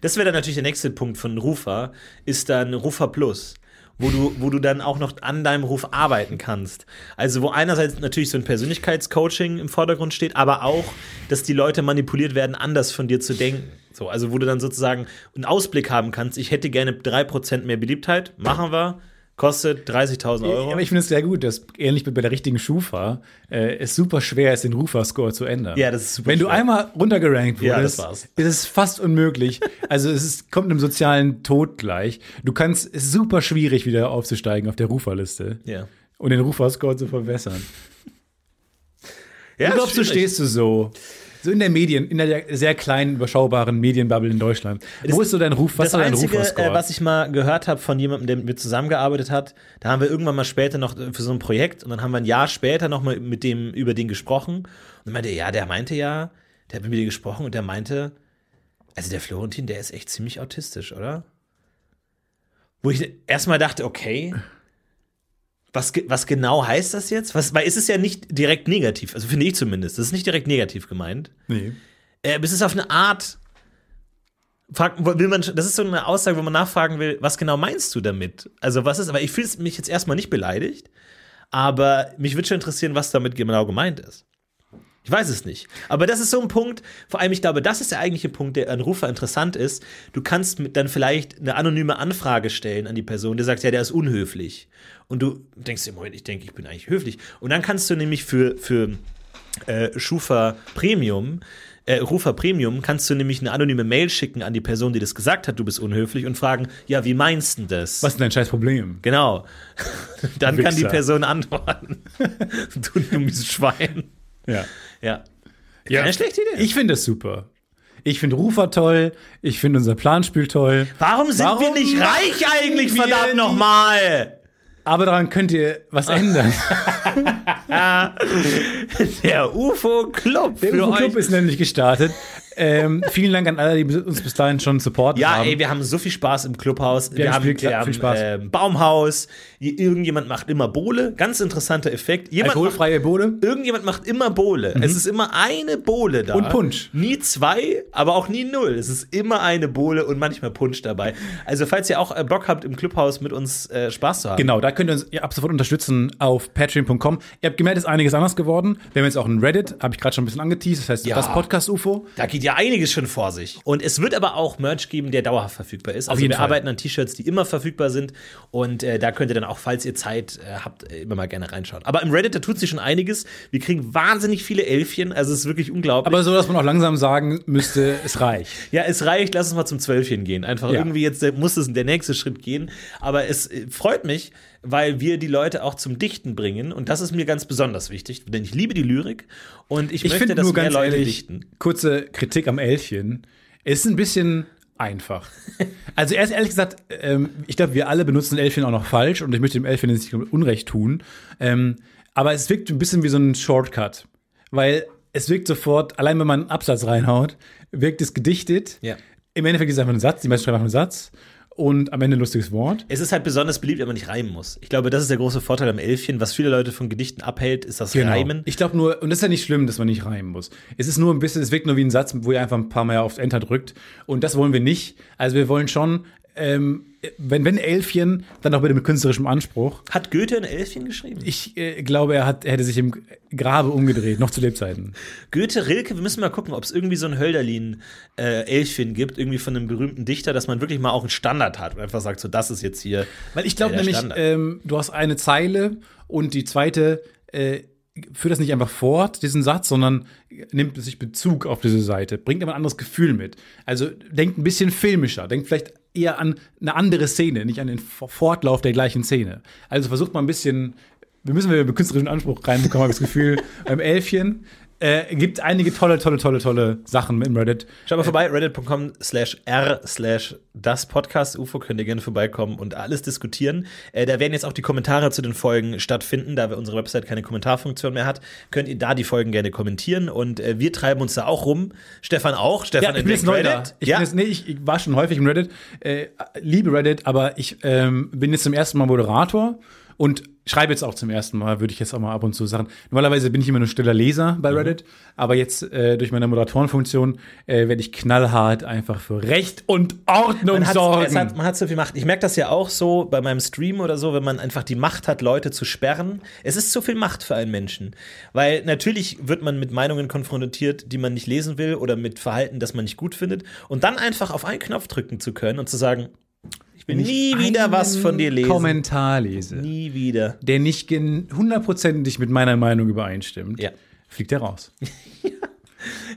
Speaker 1: Das wäre dann natürlich der nächste Punkt von Rufa, ist dann Rufa Plus. Wo du, wo du dann auch noch an deinem Ruf arbeiten kannst. Also, wo einerseits natürlich so ein Persönlichkeitscoaching im Vordergrund steht, aber auch, dass die Leute manipuliert werden, anders von dir zu denken. So, also, wo du dann sozusagen einen Ausblick haben kannst. Ich hätte gerne 3% mehr Beliebtheit. Machen wir. Kostet 30.000 Euro.
Speaker 2: Aber ich finde es sehr gut, dass ähnlich wie bei der richtigen Schufa äh, es super schwer ist, den Rufa-Score zu ändern.
Speaker 1: Ja, das ist super
Speaker 2: Wenn du
Speaker 1: schwer.
Speaker 2: einmal runtergerankt
Speaker 1: Ja,
Speaker 2: wurdest,
Speaker 1: das war's.
Speaker 2: ist es fast unmöglich. also es ist, kommt einem sozialen Tod gleich. Du kannst es ist super schwierig, wieder aufzusteigen auf der Rufa-Liste
Speaker 1: ja.
Speaker 2: und den Rufa-Score zu verbessern.
Speaker 1: ja
Speaker 2: ich glaube, so stehst du so. So in der Medien, in der sehr kleinen, überschaubaren Medienbubble in Deutschland. Wo ist so dein Ruf? Was
Speaker 1: Das
Speaker 2: ist dein
Speaker 1: Einzige,
Speaker 2: Rufa-Score?
Speaker 1: äh, was ich mal gehört habe von jemandem, der mit mir zusammengearbeitet hat, da haben wir irgendwann mal später noch äh, für so ein Projekt und dann haben wir ein Jahr später noch mal mit dem über den gesprochen und dann meinte er, ja, der meinte ja, der hat mit mir gesprochen und der meinte, also der Florentin, der ist echt ziemlich autistisch, oder? Wo ich erstmal dachte, okay, was, ge- was genau heißt das jetzt? Was, weil es ist ja nicht direkt negativ, also finde ich zumindest, das ist nicht direkt negativ gemeint.
Speaker 2: nee.
Speaker 1: Äh, aber es ist auf eine Art. Frag, will man, das ist so eine Aussage, wo man nachfragen will, was genau meinst du damit? Also, was ist, aber ich fühle mich jetzt erstmal nicht beleidigt, aber mich würde schon interessieren, was damit genau gemeint ist. Ich weiß es nicht. Aber das ist so ein Punkt, vor allem, ich glaube, das ist der eigentliche Punkt, der an Rufer interessant ist. Du kannst mit dann vielleicht eine anonyme Anfrage stellen an die Person, der sagt, ja, der ist unhöflich. Und du denkst dir, Moment, ich denke, ich bin eigentlich höflich. Und dann kannst du nämlich für, für äh, Schufa Premium, äh, Rufer Premium, kannst du nämlich eine anonyme Mail schicken an die Person, die das gesagt hat, du bist unhöflich, und fragen, ja, wie meinst denn das?
Speaker 2: Was ist dein scheiß Problem?
Speaker 1: Genau. Dann kann die
Speaker 2: Wichser.
Speaker 1: Person antworten. du dummes Schwein.
Speaker 2: Ja.
Speaker 1: Ja.
Speaker 2: ja.
Speaker 1: Keine schlechte Idee.
Speaker 2: Ich finde das super. Ich finde Rufa toll. Ich finde unser Planspiel toll.
Speaker 1: warum sind
Speaker 2: Warum
Speaker 1: wir nicht reich eigentlich,
Speaker 2: wir
Speaker 1: verdammt
Speaker 2: die-
Speaker 1: nochmal?
Speaker 2: Aber daran könnt ihr was
Speaker 1: Ah.
Speaker 2: ändern.
Speaker 1: Der UFO-Club
Speaker 2: Der
Speaker 1: für
Speaker 2: UFO Club
Speaker 1: euch.
Speaker 2: ist nämlich gestartet. ähm, vielen Dank an alle, die uns bis dahin schon supporten
Speaker 1: Ja,
Speaker 2: haben.
Speaker 1: ey, wir haben so viel Spaß im Clubhaus. Wir,
Speaker 2: haben
Speaker 1: haben,
Speaker 2: viel-
Speaker 1: wir haben
Speaker 2: viel Spaß.
Speaker 1: ähm, Baumhaus. Hier Irgendjemand macht immer Bohle. Ganz interessanter Effekt. Jemand macht,
Speaker 2: Alkoholfreie Bode.
Speaker 1: irgendjemand macht immer Bohle. Es ist immer eine Bohle da.
Speaker 2: Mhm. Und Punsch.
Speaker 1: Nie zwei, aber auch nie null. Es ist immer eine Bohle und manchmal Punsch dabei. Also, falls ihr auch äh, Bock habt, im Clubhaus mit uns äh, Spaß zu haben.
Speaker 2: Genau, da könnt ihr uns ab sofort unterstützen auf patreon.com. Ihr habt gemerkt, ist einiges anders geworden. Wir haben jetzt auch ein Reddit, habe ich gerade schon ein bisschen angeteased, das heißt das Podcast UFO.
Speaker 1: Da geht sieht ja einiges schon vor sich. Und es wird aber auch Merch geben, der dauerhaft verfügbar ist. Auf also
Speaker 2: jeden
Speaker 1: wir
Speaker 2: Fall.
Speaker 1: arbeiten an T-Shirts, die immer verfügbar sind. Und äh, da könnt ihr dann auch, falls ihr Zeit äh, habt, äh, immer mal gerne reinschauen. Aber im Reddit, da tut sich schon einiges. Wir kriegen wahnsinnig viele Elfchen. Also es ist wirklich unglaublich.
Speaker 2: Aber so, dass man auch langsam sagen müsste, es reicht.
Speaker 1: Ja, es reicht, lass uns mal zum Zwölfchen gehen. Einfach
Speaker 2: Ja.
Speaker 1: irgendwie jetzt äh, muss es der nächste Schritt gehen. Aber es äh, freut mich, weil wir die Leute auch zum Dichten bringen. Und das ist mir ganz besonders wichtig, denn ich liebe die Lyrik und ich,
Speaker 2: Ich
Speaker 1: möchte,
Speaker 2: finde
Speaker 1: dass
Speaker 2: nur
Speaker 1: mehr
Speaker 2: ganz
Speaker 1: Leute
Speaker 2: ehrlich,
Speaker 1: dichten.
Speaker 2: kurze Kritik am Elfchen. Es ist ein bisschen einfach. Also erst ehrlich gesagt, ähm, ich glaube, wir alle benutzen Elfchen auch noch falsch und ich möchte dem Elfchen jetzt nicht Unrecht tun. Ähm, aber es wirkt ein bisschen wie so ein Shortcut, weil es wirkt sofort, allein wenn man einen Absatz reinhaut, wirkt es gedichtet.
Speaker 1: Ja.
Speaker 2: Im Endeffekt ist es einfach ein Satz, die meisten schreiben einfach einen Satz und am Ende ein lustiges Wort.
Speaker 1: Es ist halt besonders beliebt, wenn man nicht reimen muss. Ich glaube, das ist der große Vorteil am Elfchen. Was viele Leute von Gedichten abhält, ist das Reimen.
Speaker 2: Genau. Ich glaube nur, und das ist ja nicht schlimm, dass man nicht reimen muss. Es ist nur ein bisschen, es wirkt nur wie ein Satz, wo ihr einfach ein paar Mal auf Enter drückt. Und das wollen wir nicht. Also wir wollen schon, ähm, wenn, wenn Elfchen, dann auch bitte mit künstlerischem Anspruch.
Speaker 1: Hat Goethe ein Elfchen geschrieben?
Speaker 2: Ich äh, glaube, er, hat, er hätte sich im Grabe umgedreht, noch zu Lebzeiten.
Speaker 1: Goethe, Rilke, wir müssen mal gucken, ob es irgendwie so ein Hölderlin-Elfchen gibt, irgendwie von einem berühmten Dichter, dass man wirklich mal auch einen Standard hat und einfach sagt, so, das ist jetzt hier.
Speaker 2: Weil ich glaube
Speaker 1: Ja, der
Speaker 2: nämlich,
Speaker 1: Standard.
Speaker 2: ähm, du hast eine Zeile und die zweite äh, führt das nicht einfach fort, diesen Satz, sondern nimmt sich Bezug auf diese Seite, bringt aber ein anderes Gefühl mit. Also denkt ein bisschen filmischer, denkt vielleicht eher an eine andere Szene, nicht an den F- Fortlauf der gleichen Szene. Also versucht mal ein bisschen, wir müssen wieder einen künstlerischen Anspruch reinbekommen, habe ich das Gefühl, beim Elfchen. Äh, gibt einige tolle, tolle, tolle, tolle Sachen im Reddit.
Speaker 1: Schau mal vorbei, reddit.com slash r slash das Podcast UFO könnt ihr gerne vorbeikommen und alles diskutieren. Äh, da werden jetzt auch die Kommentare zu den Folgen stattfinden, da wir- unsere Website keine Kommentarfunktion mehr hat, könnt ihr da die Folgen gerne kommentieren und äh, wir treiben uns da auch rum. Stefan auch, Stefan
Speaker 2: Ja, ich bin jetzt neu da. Ich,
Speaker 1: ja.
Speaker 2: bin jetzt, nee, ich, ich war schon häufig im Reddit, äh, liebe Reddit, aber ich ähm, bin jetzt zum ersten Mal Moderator und schreibe jetzt auch zum ersten Mal, würde ich jetzt auch mal ab und zu sagen. Normalerweise bin ich immer nur stiller Leser
Speaker 1: Mhm.
Speaker 2: bei Reddit, aber jetzt äh, durch meine Moderatorenfunktion äh, werde ich knallhart einfach für Recht und Ordnung
Speaker 1: man hat,
Speaker 2: sorgen.
Speaker 1: es hat, man hat so viel Macht. Ich merke das ja auch so bei meinem Stream oder so, wenn man einfach die Macht hat, Leute zu sperren. Es ist zu viel Macht für einen Menschen. Weil natürlich wird man mit Meinungen konfrontiert, die man nicht lesen will oder mit Verhalten, das man nicht gut findet. Und dann einfach auf einen Knopf drücken zu können und zu sagen, ich will nie wieder was von dir lesen.
Speaker 2: Kommentar lese,
Speaker 1: Nie wieder.
Speaker 2: der nicht gen- hundertprozentig mit meiner Meinung übereinstimmt,
Speaker 1: Ja.
Speaker 2: fliegt er raus.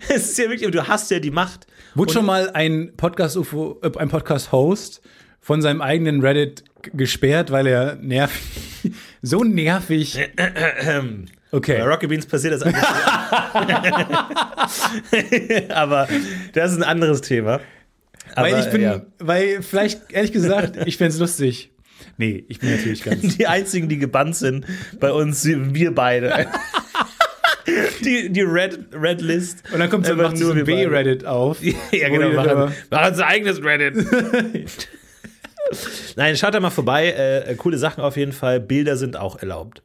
Speaker 1: Es ist ja wirklich, du hast ja die Macht.
Speaker 2: Wurde schon mal ein Podcast-UFO, äh, ein Podcast-Host von seinem eigenen Reddit g- gesperrt, weil er nervig, so nervig.
Speaker 1: Bei
Speaker 2: Okay.
Speaker 1: Rocket Beans passiert das alles. Aber das ist ein anderes Thema. Aber,
Speaker 2: Weil ich bin,
Speaker 1: ja.
Speaker 2: weil vielleicht, ehrlich gesagt, ich fände es lustig. Nee, ich bin natürlich ganz.
Speaker 1: die einzigen, die gebannt sind bei uns, sind wir beide. die die Red, Red List.
Speaker 2: Und Oh, dann kommt so,
Speaker 1: Einfach
Speaker 2: macht so ein
Speaker 1: wir beide.
Speaker 2: B-Reddit auf.
Speaker 1: Ja, genau.
Speaker 2: Wo ihr
Speaker 1: Machen,
Speaker 2: da-
Speaker 1: machen sie eigenes Reddit. Nein, schaut da mal vorbei. Äh, äh, coole Sachen auf jeden Fall. Bilder sind auch erlaubt.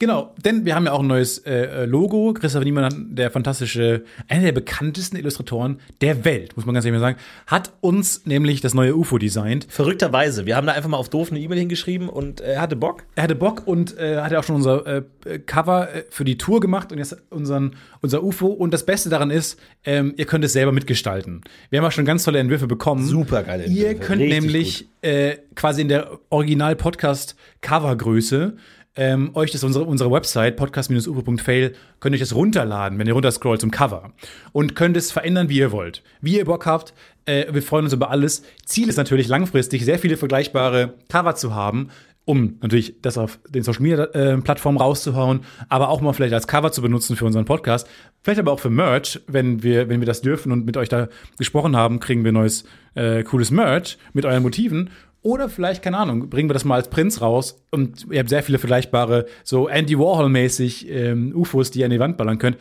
Speaker 2: Genau, denn wir haben ja auch ein neues äh, äh, Logo. Christopher Niemann, der fantastische, einer der bekanntesten Illustratoren der Welt, muss man ganz ehrlich mal sagen, hat uns nämlich das neue UFO designt.
Speaker 1: Verrückterweise. Wir haben da einfach mal auf doof eine E-Mail hingeschrieben und äh, er hatte Bock.
Speaker 2: er hatte Bock und äh, hat ja auch schon unser äh, äh, Cover äh, für die Tour gemacht und jetzt unseren, unser UFO. Und das Beste daran ist, ähm, ihr könnt es selber mitgestalten. Wir haben ja schon ganz tolle Entwürfe bekommen.
Speaker 1: Supergeile
Speaker 2: Ihr
Speaker 1: Entwürfe.
Speaker 2: könnt
Speaker 1: Richtig
Speaker 2: nämlich äh, quasi in der Original-Podcast-Covergröße ähm, euch das unsere, unsere Website podcast-ufo.fail könnt ihr euch das runterladen, wenn ihr runterscrollt zum Cover und könnt es verändern, wie ihr wollt, wie ihr Bock habt. Äh, wir freuen uns über alles. Ziel ist natürlich langfristig sehr viele vergleichbare Cover zu haben, um natürlich das auf den Social Media äh, Plattformen rauszuhauen, aber auch mal vielleicht als Cover zu benutzen für unseren Podcast, vielleicht aber auch für Merch, wenn wir wenn wir das dürfen und mit euch da gesprochen haben, kriegen wir neues äh, cooles Merch mit euren Motiven oder vielleicht keine Ahnung, bringen wir das mal als Prinz raus und ihr habt sehr viele vergleichbare so Andy Warhol mäßig ähm, UFOs, die ihr an die Wand ballern könnt.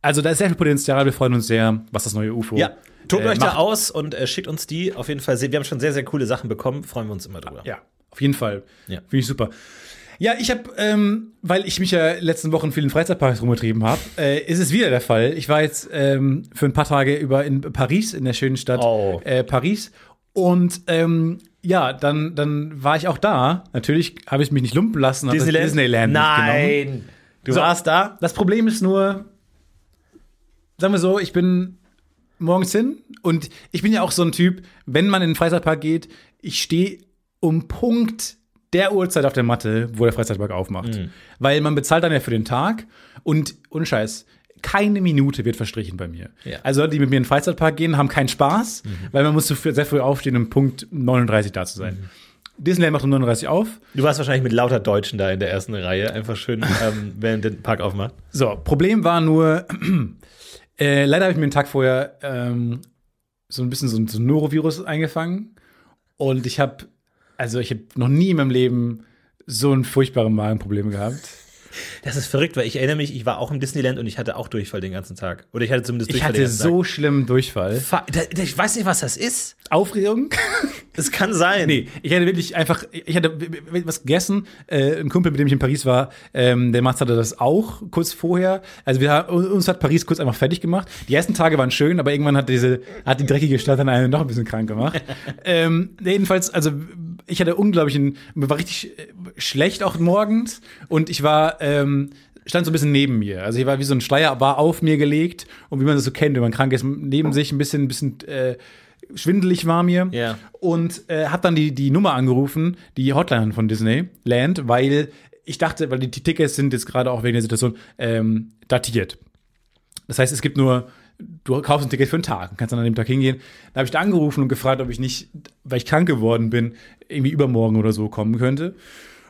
Speaker 2: Also da ist sehr viel Potenzial, wir freuen uns sehr, was das neue UFO
Speaker 1: Ja. Tobt
Speaker 2: äh,
Speaker 1: euch da
Speaker 2: macht.
Speaker 1: aus und äh, schickt uns die. Auf jeden Fall. Wir haben schon sehr, sehr coole Sachen bekommen. Freuen wir uns immer drüber.
Speaker 2: Ja, auf jeden Fall.
Speaker 1: Ja.
Speaker 2: Finde ich super. Ja, ich habe, ähm, weil ich mich ja letzten Wochen viel in Freizeitparks rumgetrieben habe, äh, ist es wieder der Fall. Ich war jetzt ähm, für ein paar Tage über in Paris, in der schönen Stadt
Speaker 1: Oh.
Speaker 2: äh, Paris. Und ähm, ja, dann, dann war ich auch da. Natürlich habe ich mich nicht lumpen lassen. hab das Disneyland mitgenommen.
Speaker 1: Nein. Du
Speaker 2: So.
Speaker 1: warst da?
Speaker 2: Das Problem ist nur, sagen wir so, ich bin morgens hin und ich bin ja auch so ein Typ, wenn man in den Freizeitpark geht, ich stehe um Punkt der Uhrzeit auf der Matte, wo der Freizeitpark aufmacht.
Speaker 1: Mhm.
Speaker 2: Weil man bezahlt dann ja für den Tag und ohne Scheiß, keine Minute wird verstrichen bei mir.
Speaker 1: Ja. Mhm.
Speaker 2: Also Leute, die mit mir in den Freizeitpark gehen, haben keinen Spaß, weil man muss so früh- sehr früh aufstehen, um Punkt 39 da zu
Speaker 1: Mhm.
Speaker 2: sein. Disneyland macht um 39 auf.
Speaker 1: Du warst wahrscheinlich mit lauter Deutschen da in der ersten Reihe, einfach schön, ähm, während den Park aufmacht.
Speaker 2: So, Problem war nur, äh, leider habe ich mir einen Tag vorher ähm, so ein bisschen so ein, so ein Norovirus eingefangen. Und ich habe, also ich habe noch nie in meinem Leben so ein furchtbares Magenproblem gehabt.
Speaker 1: Das ist verrückt, weil ich erinnere mich, ich war auch im Disneyland und ich hatte auch Durchfall den ganzen Tag. Oder ich hatte zumindest
Speaker 2: Ich
Speaker 1: Durchfall den
Speaker 2: hatte
Speaker 1: ganzen
Speaker 2: so schlimmen Durchfall.
Speaker 1: Tag. Fa- Da, da, ich weiß nicht, was das ist.
Speaker 2: Aufregung?
Speaker 1: Es kann sein.
Speaker 2: nee, ich hatte wirklich einfach, ich hatte w- w- was gegessen. Äh, ein Kumpel, mit dem ich in Paris war, ähm, der Mats hatte das auch kurz vorher. Also wir, haben- uns hat Paris kurz einfach fertig gemacht. Die ersten Tage waren schön, aber irgendwann hat diese, hat die dreckige Stadt dann einen noch ein bisschen krank gemacht. ähm, jedenfalls, also ich hatte unglaublichen, mir war richtig äh, schlecht auch morgens und ich war, ähm, stand so ein bisschen neben mir. Also ich war wie so ein Schleier, war auf mir gelegt und wie man das so kennt, wenn man krank ist, neben sich ein bisschen, ein bisschen äh, schwindelig war mir
Speaker 1: Ja.
Speaker 2: und äh, habe dann die, die Nummer angerufen, die Hotline von Disneyland, weil ich dachte, weil die T- Tickets sind jetzt gerade auch wegen der Situation ähm, datiert. Das heißt, es gibt nur, du kaufst ein Ticket für einen Tag und kannst dann an dem Tag hingehen. Da habe ich da angerufen und gefragt, ob ich nicht, weil ich krank geworden bin, irgendwie übermorgen oder so kommen könnte.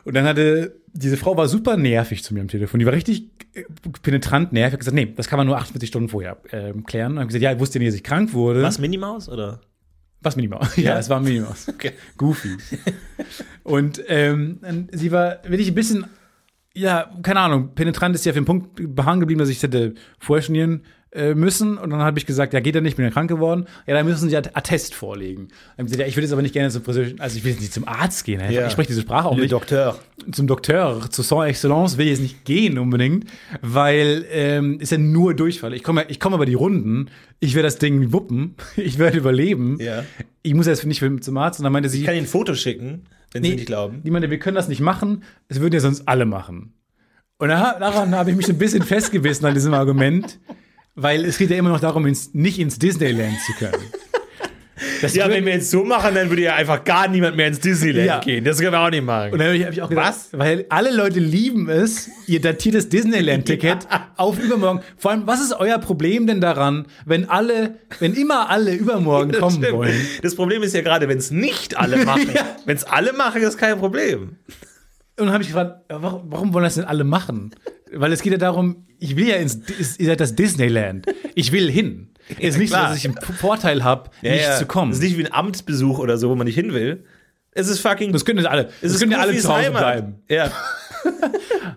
Speaker 2: Und dann hatte, diese Frau war super nervig zu mir am Telefon. Die war richtig äh, penetrant nervig. Ich hab gesagt, nee, das kann man nur 48 Stunden vorher ähm, klären. Und hab gesagt, ja, ich wusste ja nicht, dass ich krank wurde.
Speaker 1: Was, Minnie Maus oder?
Speaker 2: Was Minnie Maus? Ja, es war Minnie Maus.
Speaker 1: Okay.
Speaker 2: Goofy. und ähm, sie war wirklich ein bisschen, ja, keine Ahnung, penetrant ist sie auf den Punkt beharren geblieben, dass ich es hätte vorher trainieren äh, müssen. Und dann habe ich gesagt, ja, geht ja nicht, bin ja krank geworden. Ja, dann müssen sie ja Attest vorlegen. Dann haben sie gesagt, ja, ich würde jetzt aber nicht gerne zum Friseur, also ich will jetzt nicht zum Arzt gehen.
Speaker 1: Ja.
Speaker 2: Ich spreche diese Sprache auch nicht
Speaker 1: Doktor.
Speaker 2: zum Doktor, zu Sans Excellence will ich jetzt nicht gehen unbedingt, weil ähm, ist ja nur Durchfall. Ich komme ich komme über die Runden, ich werde das Ding wuppen, ich werde überleben.
Speaker 1: Ja.
Speaker 2: Ich muss jetzt nicht für- zum Arzt. Und dann meinte sie,
Speaker 1: Ich kann Ihnen ein Foto schicken, wenn Sie nicht glauben.
Speaker 2: die meinte, wir können das nicht machen, es würden ja sonst alle machen. Und da, daran habe ich mich ein bisschen festgebissen an diesem Argument, weil es geht ja immer noch darum, ins, nicht ins Disneyland zu können. Das
Speaker 1: Ja,
Speaker 2: können-
Speaker 1: wenn wir jetzt so machen, dann würde ja einfach gar niemand mehr ins Disneyland
Speaker 2: Ja.
Speaker 1: gehen. Das können wir auch nicht machen.
Speaker 2: Und dann habe ich, hab ich auch gesagt,
Speaker 1: Was?
Speaker 2: weil alle Leute lieben es, ihr datiertes Disneyland-Ticket auf übermorgen. Vor allem, was ist euer Problem denn daran, wenn alle, wenn immer alle übermorgen
Speaker 1: Das
Speaker 2: kommen
Speaker 1: stimmt.
Speaker 2: wollen?
Speaker 1: Das Problem ist ja gerade, wenn es nicht alle machen.
Speaker 2: Ja.
Speaker 1: Wenn es alle machen, ist kein Problem.
Speaker 2: Und dann habe ich gefragt, ja, warum, warum wollen das denn alle machen? Weil es geht ja darum, ich will ja ins, Dis- ihr seid das Disneyland. Ich will hin. Es ist nicht so,
Speaker 1: klar.
Speaker 2: dass ich einen P- Vorteil habe,
Speaker 1: Ja,
Speaker 2: nicht
Speaker 1: ja.
Speaker 2: zu kommen.
Speaker 1: Es ist nicht wie ein Amtsbesuch oder so, wo man nicht hin will. Es ist fucking.
Speaker 2: das können ja alle,
Speaker 1: es
Speaker 2: das können ja alle
Speaker 1: Goofys
Speaker 2: zu Hause
Speaker 1: Heimat.
Speaker 2: bleiben.
Speaker 1: Ja.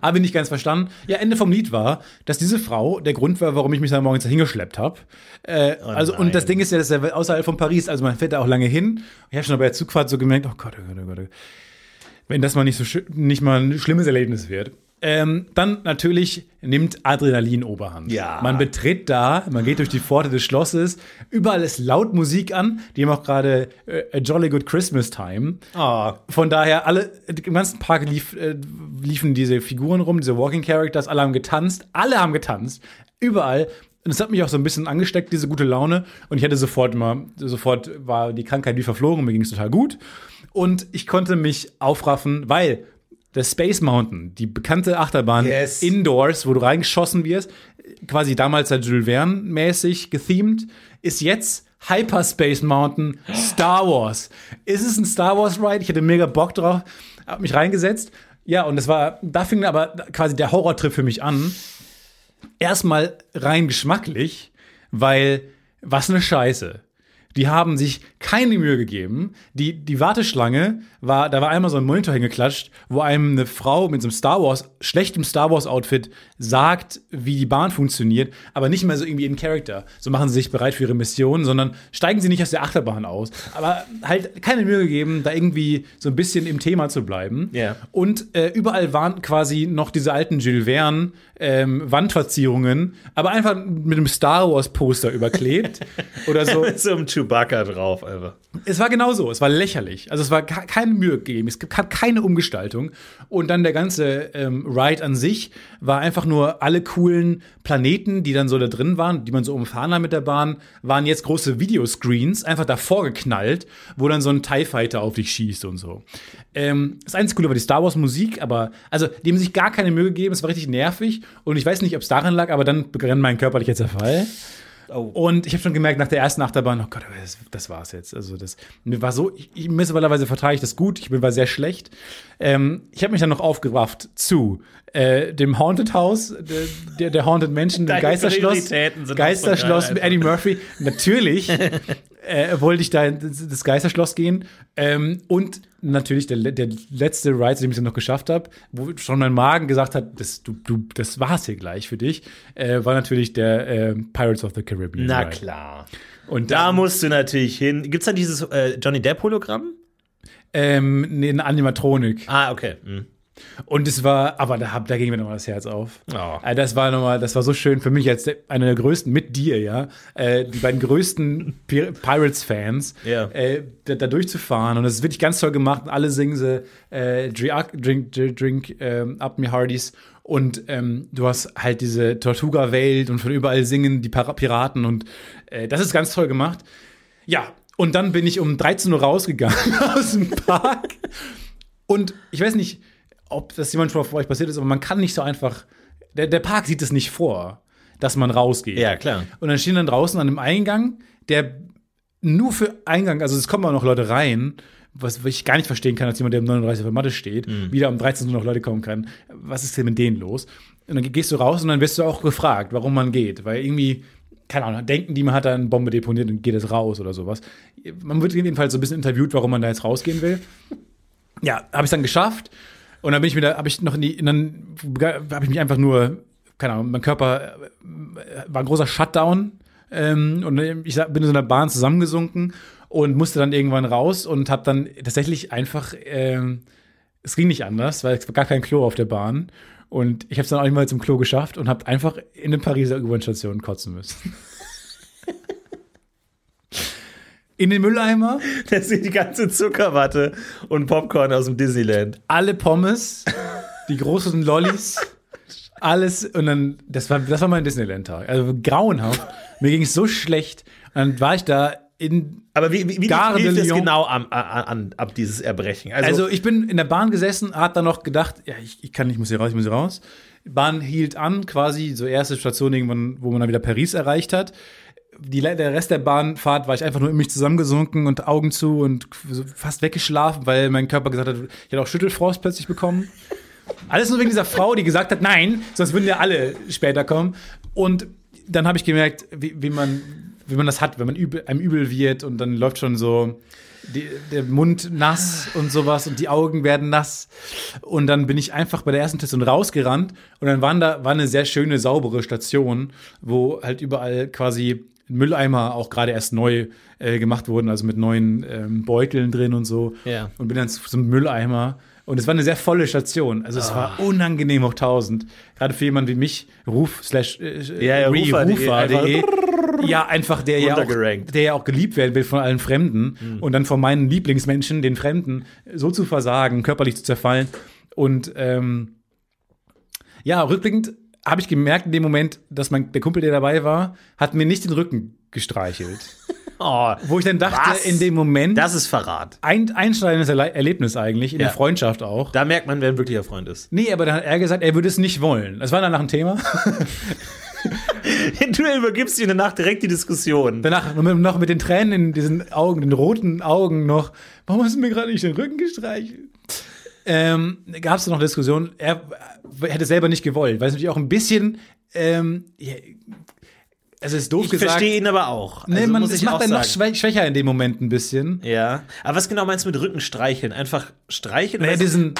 Speaker 2: Habe ich nicht ganz verstanden. Ja, Ende vom Lied war, dass diese Frau der Grund war, warum ich mich da morgens hingeschleppt habe. Äh, also, und das
Speaker 1: Oh nein.
Speaker 2: Ding ist ja, das ist ja außerhalb von Paris, also man fährt da auch lange hin. Und ich habe schon bei der Zugfahrt so gemerkt, oh Gott, oh Gott, oh Gott. oh Gott. Wenn das mal nicht so schö- nicht mal ein schlimmes Erlebnis wird. Ähm, dann natürlich nimmt Adrenalin Oberhand.
Speaker 1: Ja.
Speaker 2: Man betritt da, man geht durch die Pforte des Schlosses, überall ist laut Musik an, die haben auch gerade äh, A Jolly Good Christmas Time.
Speaker 1: Oh,
Speaker 2: Von daher, alle, im ganzen Park lief, äh, liefen diese Figuren rum, diese Walking Characters, alle haben getanzt, alle haben getanzt, überall. Und es hat mich auch so ein bisschen angesteckt, diese gute Laune. Und ich hatte sofort mal, sofort war die Krankheit wie verflogen, mir ging es total gut. Und ich konnte mich aufraffen, weil der Space Mountain, die bekannte Achterbahn
Speaker 1: Yes.
Speaker 2: indoors, wo du reingeschossen wirst, quasi damals der Jules Verne mäßig gethemed, ist jetzt Hyperspace Mountain Star Wars. Ist es ein Star Wars Ride? Ich hatte mega Bock drauf, hab mich reingesetzt. Ja, und das war, da fing aber quasi der Horrortrip für mich an. Erstmal rein geschmacklich, weil was eine Scheiße. Die haben sich keine Mühe gegeben. Die, die Warteschlange war, da war einmal so ein Monitor hingeklatscht, wo einem eine Frau mit so einem Star Wars, schlechtem Star Wars Outfit sagt, wie die Bahn funktioniert, aber nicht mehr so irgendwie in Character. So machen sie sich bereit für ihre Mission, sondern steigen sie nicht aus der Achterbahn aus. Aber halt keine Mühe gegeben, da irgendwie so ein bisschen im Thema zu bleiben.
Speaker 1: Ja.
Speaker 2: Und äh, überall waren quasi noch diese alten Jules Verne ähm, Wandverzierungen, aber einfach mit einem Star Wars Poster überklebt oder so
Speaker 1: so ein Chewbacca drauf, einfach.
Speaker 2: Es war genau so, es war lächerlich. Also es war ke- keine Mühe gegeben, es gab keine Umgestaltung. Und dann der ganze ähm, Ride an sich war einfach nur alle coolen Planeten, die dann so da drin waren, die man so umfahren hat mit der Bahn, waren jetzt große Videoscreens, einfach davor geknallt, wo dann so ein TIE Fighter auf dich schießt und so. Ähm, das einzige Coole war die Star Wars Musik, aber also die haben sich gar keine Mühe gegeben, es war richtig nervig. Und ich weiß nicht, ob es daran lag, aber dann begann mein körperlicher Zerfall.
Speaker 1: Oh.
Speaker 2: Und ich habe schon gemerkt, nach der ersten Achterbahn, oh Gott, das, das war's jetzt. Also das mir war so, ich, ich, mittlerweile verteile ich das gut, ich bin war sehr schlecht. Ähm, ich habe mich dann noch aufgerafft zu äh, dem Haunted House, der, der, der Haunted Menschen, dem
Speaker 1: Deine
Speaker 2: Geisterschloss,
Speaker 1: Prioritäten sind auch
Speaker 2: Geisterschloss
Speaker 1: so geil
Speaker 2: mit Eddie Murphy. Natürlich äh, wollte ich da in das das Geisterschloss gehen ähm, und natürlich der, le- der letzte Ride, den ich dann noch geschafft habe, wo schon mein Magen gesagt hat, das, du, du, das war's hier gleich für dich, äh, war natürlich der äh, Pirates of the Caribbean.
Speaker 1: Na
Speaker 2: Ride.
Speaker 1: klar.
Speaker 2: Und
Speaker 1: Da
Speaker 2: da
Speaker 1: musst du natürlich hin. Gibt's da dieses äh, Johnny Depp-Hologramm?
Speaker 2: ähm, nee, eine Animatronik.
Speaker 1: Ah, okay. Hm.
Speaker 2: Und es war, aber da, hab- da ging mir nochmal das Herz auf.
Speaker 1: Oh.
Speaker 2: Äh, Das war nochmal, das war so schön für mich als der- einer der größten, mit dir, ja, äh, die beiden größten Pir Pirates-Fans,
Speaker 1: Ja.
Speaker 2: äh, da, da durchzufahren. Und das ist wirklich ganz toll gemacht. Und alle singen sie äh, Drink, Drink, Drink, drink ähm, Up Me Hardys. Und ähm, du hast halt diese Tortuga-Welt und von überall singen die Para- Piraten. Und äh, das ist ganz toll gemacht. Ja, und dann bin ich um 13 Uhr rausgegangen aus dem Park. Und ich weiß nicht, ob das jemand schon mal vor euch passiert ist, aber man kann nicht so einfach. Der, der Park sieht es nicht vor, dass man rausgeht.
Speaker 1: Ja, klar.
Speaker 2: Und dann stehen dann draußen an einem Eingang, der nur für Eingang, also es kommen auch noch Leute rein, was ich gar nicht verstehen kann, als jemand, der um 39 für Mathe steht, wieder um 13 Uhr noch Leute kommen kann. Was ist denn mit denen los? Und dann gehst du raus und dann wirst du auch gefragt, warum man geht. Weil irgendwie, keine Ahnung, denken die, man hat da eine Bombe deponiert und geht es raus oder sowas. Man wird jedenfalls so ein bisschen interviewt, warum man da jetzt rausgehen will ja, habe ich dann geschafft. Und dann bin ich wieder, habe ich noch nie, dann habe ich mich einfach nur, keine Ahnung, mein Körper äh, war ein großer Shutdown. Ähm, und ich sa- bin in so einer Bahn zusammengesunken und musste dann irgendwann raus und habe dann tatsächlich einfach, ähm, es ging nicht anders, weil es war gar kein Klo auf der Bahn. Und ich habe es dann auch nicht mal zum Klo geschafft und habe einfach in der Pariser U-Bahn-Station kotzen müssen. in den Mülleimer.
Speaker 1: Da sind die ganze Zuckerwatte und Popcorn aus dem Disneyland.
Speaker 2: alle Pommes, die großen Lollis, alles und dann das war das war mein Disneyland Tag. Also grauenhaft. Mir ging es so schlecht. Und Dann war ich da in
Speaker 1: Aber wie, wie, wie
Speaker 2: Gare de
Speaker 1: lief das
Speaker 2: Lyon.
Speaker 1: genau am, an, an, ab, dieses Erbrechen?
Speaker 2: also, ich bin in der Bahn gesessen, hab dann noch gedacht, ja, ich, ich kann nicht, ich muss hier raus, ich muss hier raus. Bahn hielt an, quasi so erste Station irgendwann, wo man dann wieder Paris erreicht hat. Die, Le- der Rest der Bahnfahrt war ich einfach nur in mich zusammengesunken und Augen zu und so fast weggeschlafen, weil mein Körper gesagt hat, ich hatte auch Schüttelfrost plötzlich bekommen. Alles nur wegen dieser Frau, die gesagt hat, nein, sonst würden ja alle später kommen. Und dann habe ich gemerkt, wie, wie, man, wie man das hat, wenn man übel, einem übel wird und dann läuft schon so die, der Mund nass und sowas und die Augen werden nass. Und dann bin ich einfach bei der ersten Station rausgerannt und dann waren da, war eine sehr schöne, saubere Station, wo halt überall quasi Mülleimer auch gerade erst neu äh, gemacht wurden, also mit neuen ähm, Beuteln drin und so.
Speaker 1: Ja.
Speaker 2: Und bin dann zu- zum Mülleimer. Und es war eine sehr volle Station. Also es
Speaker 1: Ah.
Speaker 2: war unangenehm auf 1000. Gerade für jemanden wie mich, Ruf slash äh,
Speaker 1: Ja, ja,
Speaker 2: Re-
Speaker 1: Rufer.de,
Speaker 2: Rufer.de. Ja, einfach der ja, auch,
Speaker 1: Runtergerankt. Hm.
Speaker 2: der ja auch geliebt werden will von allen Fremden. Und dann von meinen Lieblingsmenschen, den Fremden, so zu versagen, körperlich zu zerfallen. Und ähm, ja, rückblickend habe ich gemerkt in dem Moment, dass mein, der Kumpel, der dabei war, hat mir nicht den Rücken gestreichelt.
Speaker 1: oh,
Speaker 2: Wo ich dann dachte,
Speaker 1: Was?
Speaker 2: in dem Moment,
Speaker 1: das ist Verrat.
Speaker 2: ein einschneidendes Erle Erlebnis eigentlich, in
Speaker 1: Ja.
Speaker 2: der Freundschaft auch.
Speaker 1: Da merkt man, wer ein wirklicher Freund ist.
Speaker 2: Nee, aber dann hat er gesagt, er würde es nicht wollen. Das war danach ein Thema.
Speaker 1: Du übergibst dir danach direkt die Diskussion.
Speaker 2: Danach noch mit- noch mit den Tränen in diesen Augen, den roten Augen noch. Warum hast du mir gerade nicht den Rücken gestreichelt? Ähm, Gab es noch Diskussionen? Er äh, hätte es selber nicht gewollt, weil es natürlich auch ein bisschen. Ähm, ja, also es ist doof
Speaker 1: Ich
Speaker 2: gesagt.
Speaker 1: verstehe ihn aber auch.
Speaker 2: Nee,
Speaker 1: Also
Speaker 2: man,
Speaker 1: muss
Speaker 2: es
Speaker 1: ich auch
Speaker 2: macht einen noch
Speaker 1: sagen.
Speaker 2: schwä- schwächer in dem Moment ein bisschen.
Speaker 1: Ja. Aber was genau meinst du mit Rücken streicheln? Einfach streicheln?
Speaker 2: Naja,
Speaker 1: Weißt du,
Speaker 2: diesen.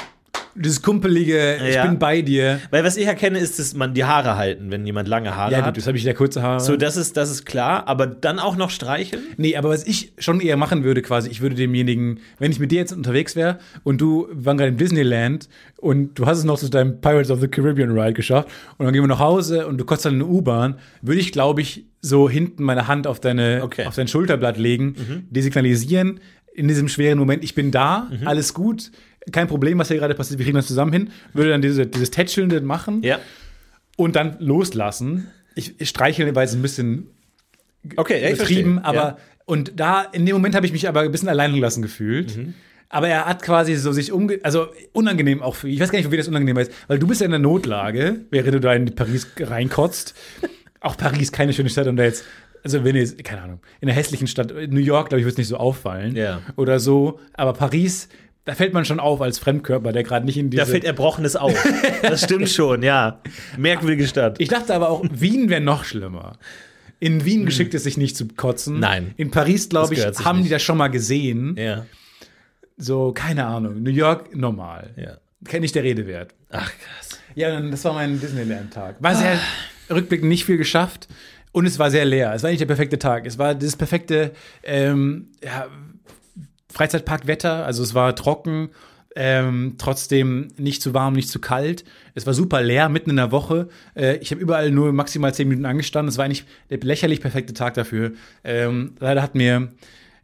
Speaker 2: dieses kumpelige, ich
Speaker 1: Ja.
Speaker 2: bin bei dir.
Speaker 1: Weil was ich erkenne, ist, dass man die Haare halten, wenn jemand lange Haare
Speaker 2: Ja, gut,
Speaker 1: hat.
Speaker 2: das habe ich ja kurze Haare.
Speaker 1: So, das ist, das ist klar, aber dann auch noch streicheln?
Speaker 2: Nee, aber was ich schon eher machen würde, quasi, ich würde demjenigen, wenn ich mit dir jetzt unterwegs wäre und du wir waren gerade im Disneyland und du hast es noch zu deinem Pirates of the Caribbean Ride geschafft und dann gehen wir nach Hause und du kotzt dann in eine U-Bahn, würde ich, glaube ich, so hinten meine Hand auf deine,
Speaker 1: Okay. Mhm.
Speaker 2: auf dein Schulterblatt legen, designalisieren in diesem schweren Moment, ich bin da,
Speaker 1: Mhm.
Speaker 2: alles gut, kein Problem, was hier gerade passiert, wir kriegen das zusammen hin, würde dann diese, dieses Tätschelnde machen
Speaker 1: Ja.
Speaker 2: und dann loslassen. Ich, ich streicheln, weil es ein bisschen
Speaker 1: Okay, ja, ich
Speaker 2: betrieben,
Speaker 1: verstehe.
Speaker 2: aber
Speaker 1: Ja.
Speaker 2: und da in dem Moment habe ich mich aber ein bisschen allein gelassen gefühlt.
Speaker 1: Mhm.
Speaker 2: Aber er hat quasi so sich umge also unangenehm auch für ich weiß gar nicht, für wen das unangenehm ist, weil du bist ja in der Notlage, während du da in Paris reinkotzt. auch Paris keine schöne Stadt und da jetzt also wenn jetzt keine Ahnung, in einer hässlichen Stadt New York, glaube ich, wird es nicht so auffallen
Speaker 1: Ja.
Speaker 2: oder so, aber Paris da fällt man schon auf als Fremdkörper, der gerade nicht in diese
Speaker 1: Da fällt Erbrochenes auf. Das stimmt schon, ja. Merkwürdige Stadt.
Speaker 2: Ich dachte aber auch, Wien wäre noch schlimmer. In Wien geschickt es sich nicht zu kotzen.
Speaker 1: Hm. Nein.
Speaker 2: In Paris,
Speaker 1: Das
Speaker 2: glaube ich,
Speaker 1: gehört sich
Speaker 2: haben die
Speaker 1: nicht.
Speaker 2: das schon mal gesehen.
Speaker 1: ja,
Speaker 2: So, keine Ahnung. New York, normal.
Speaker 1: ja.
Speaker 2: Kenn ich der Rede wert.
Speaker 1: Ach, krass.
Speaker 2: Ja, dann, das war mein Disneyland-Tag. War sehr, rückblickend nicht viel geschafft. Und es war sehr leer. Es war nicht der perfekte Tag. Es war das perfekte ähm, ja, Freizeitparkwetter. Also es war trocken, ähm, trotzdem nicht zu warm, nicht zu kalt. Es war super leer, mitten in der Woche. Äh, ich habe überall nur maximal zehn Minuten angestanden. Es war eigentlich der lächerlich perfekte Tag dafür. Ähm, leider hat mir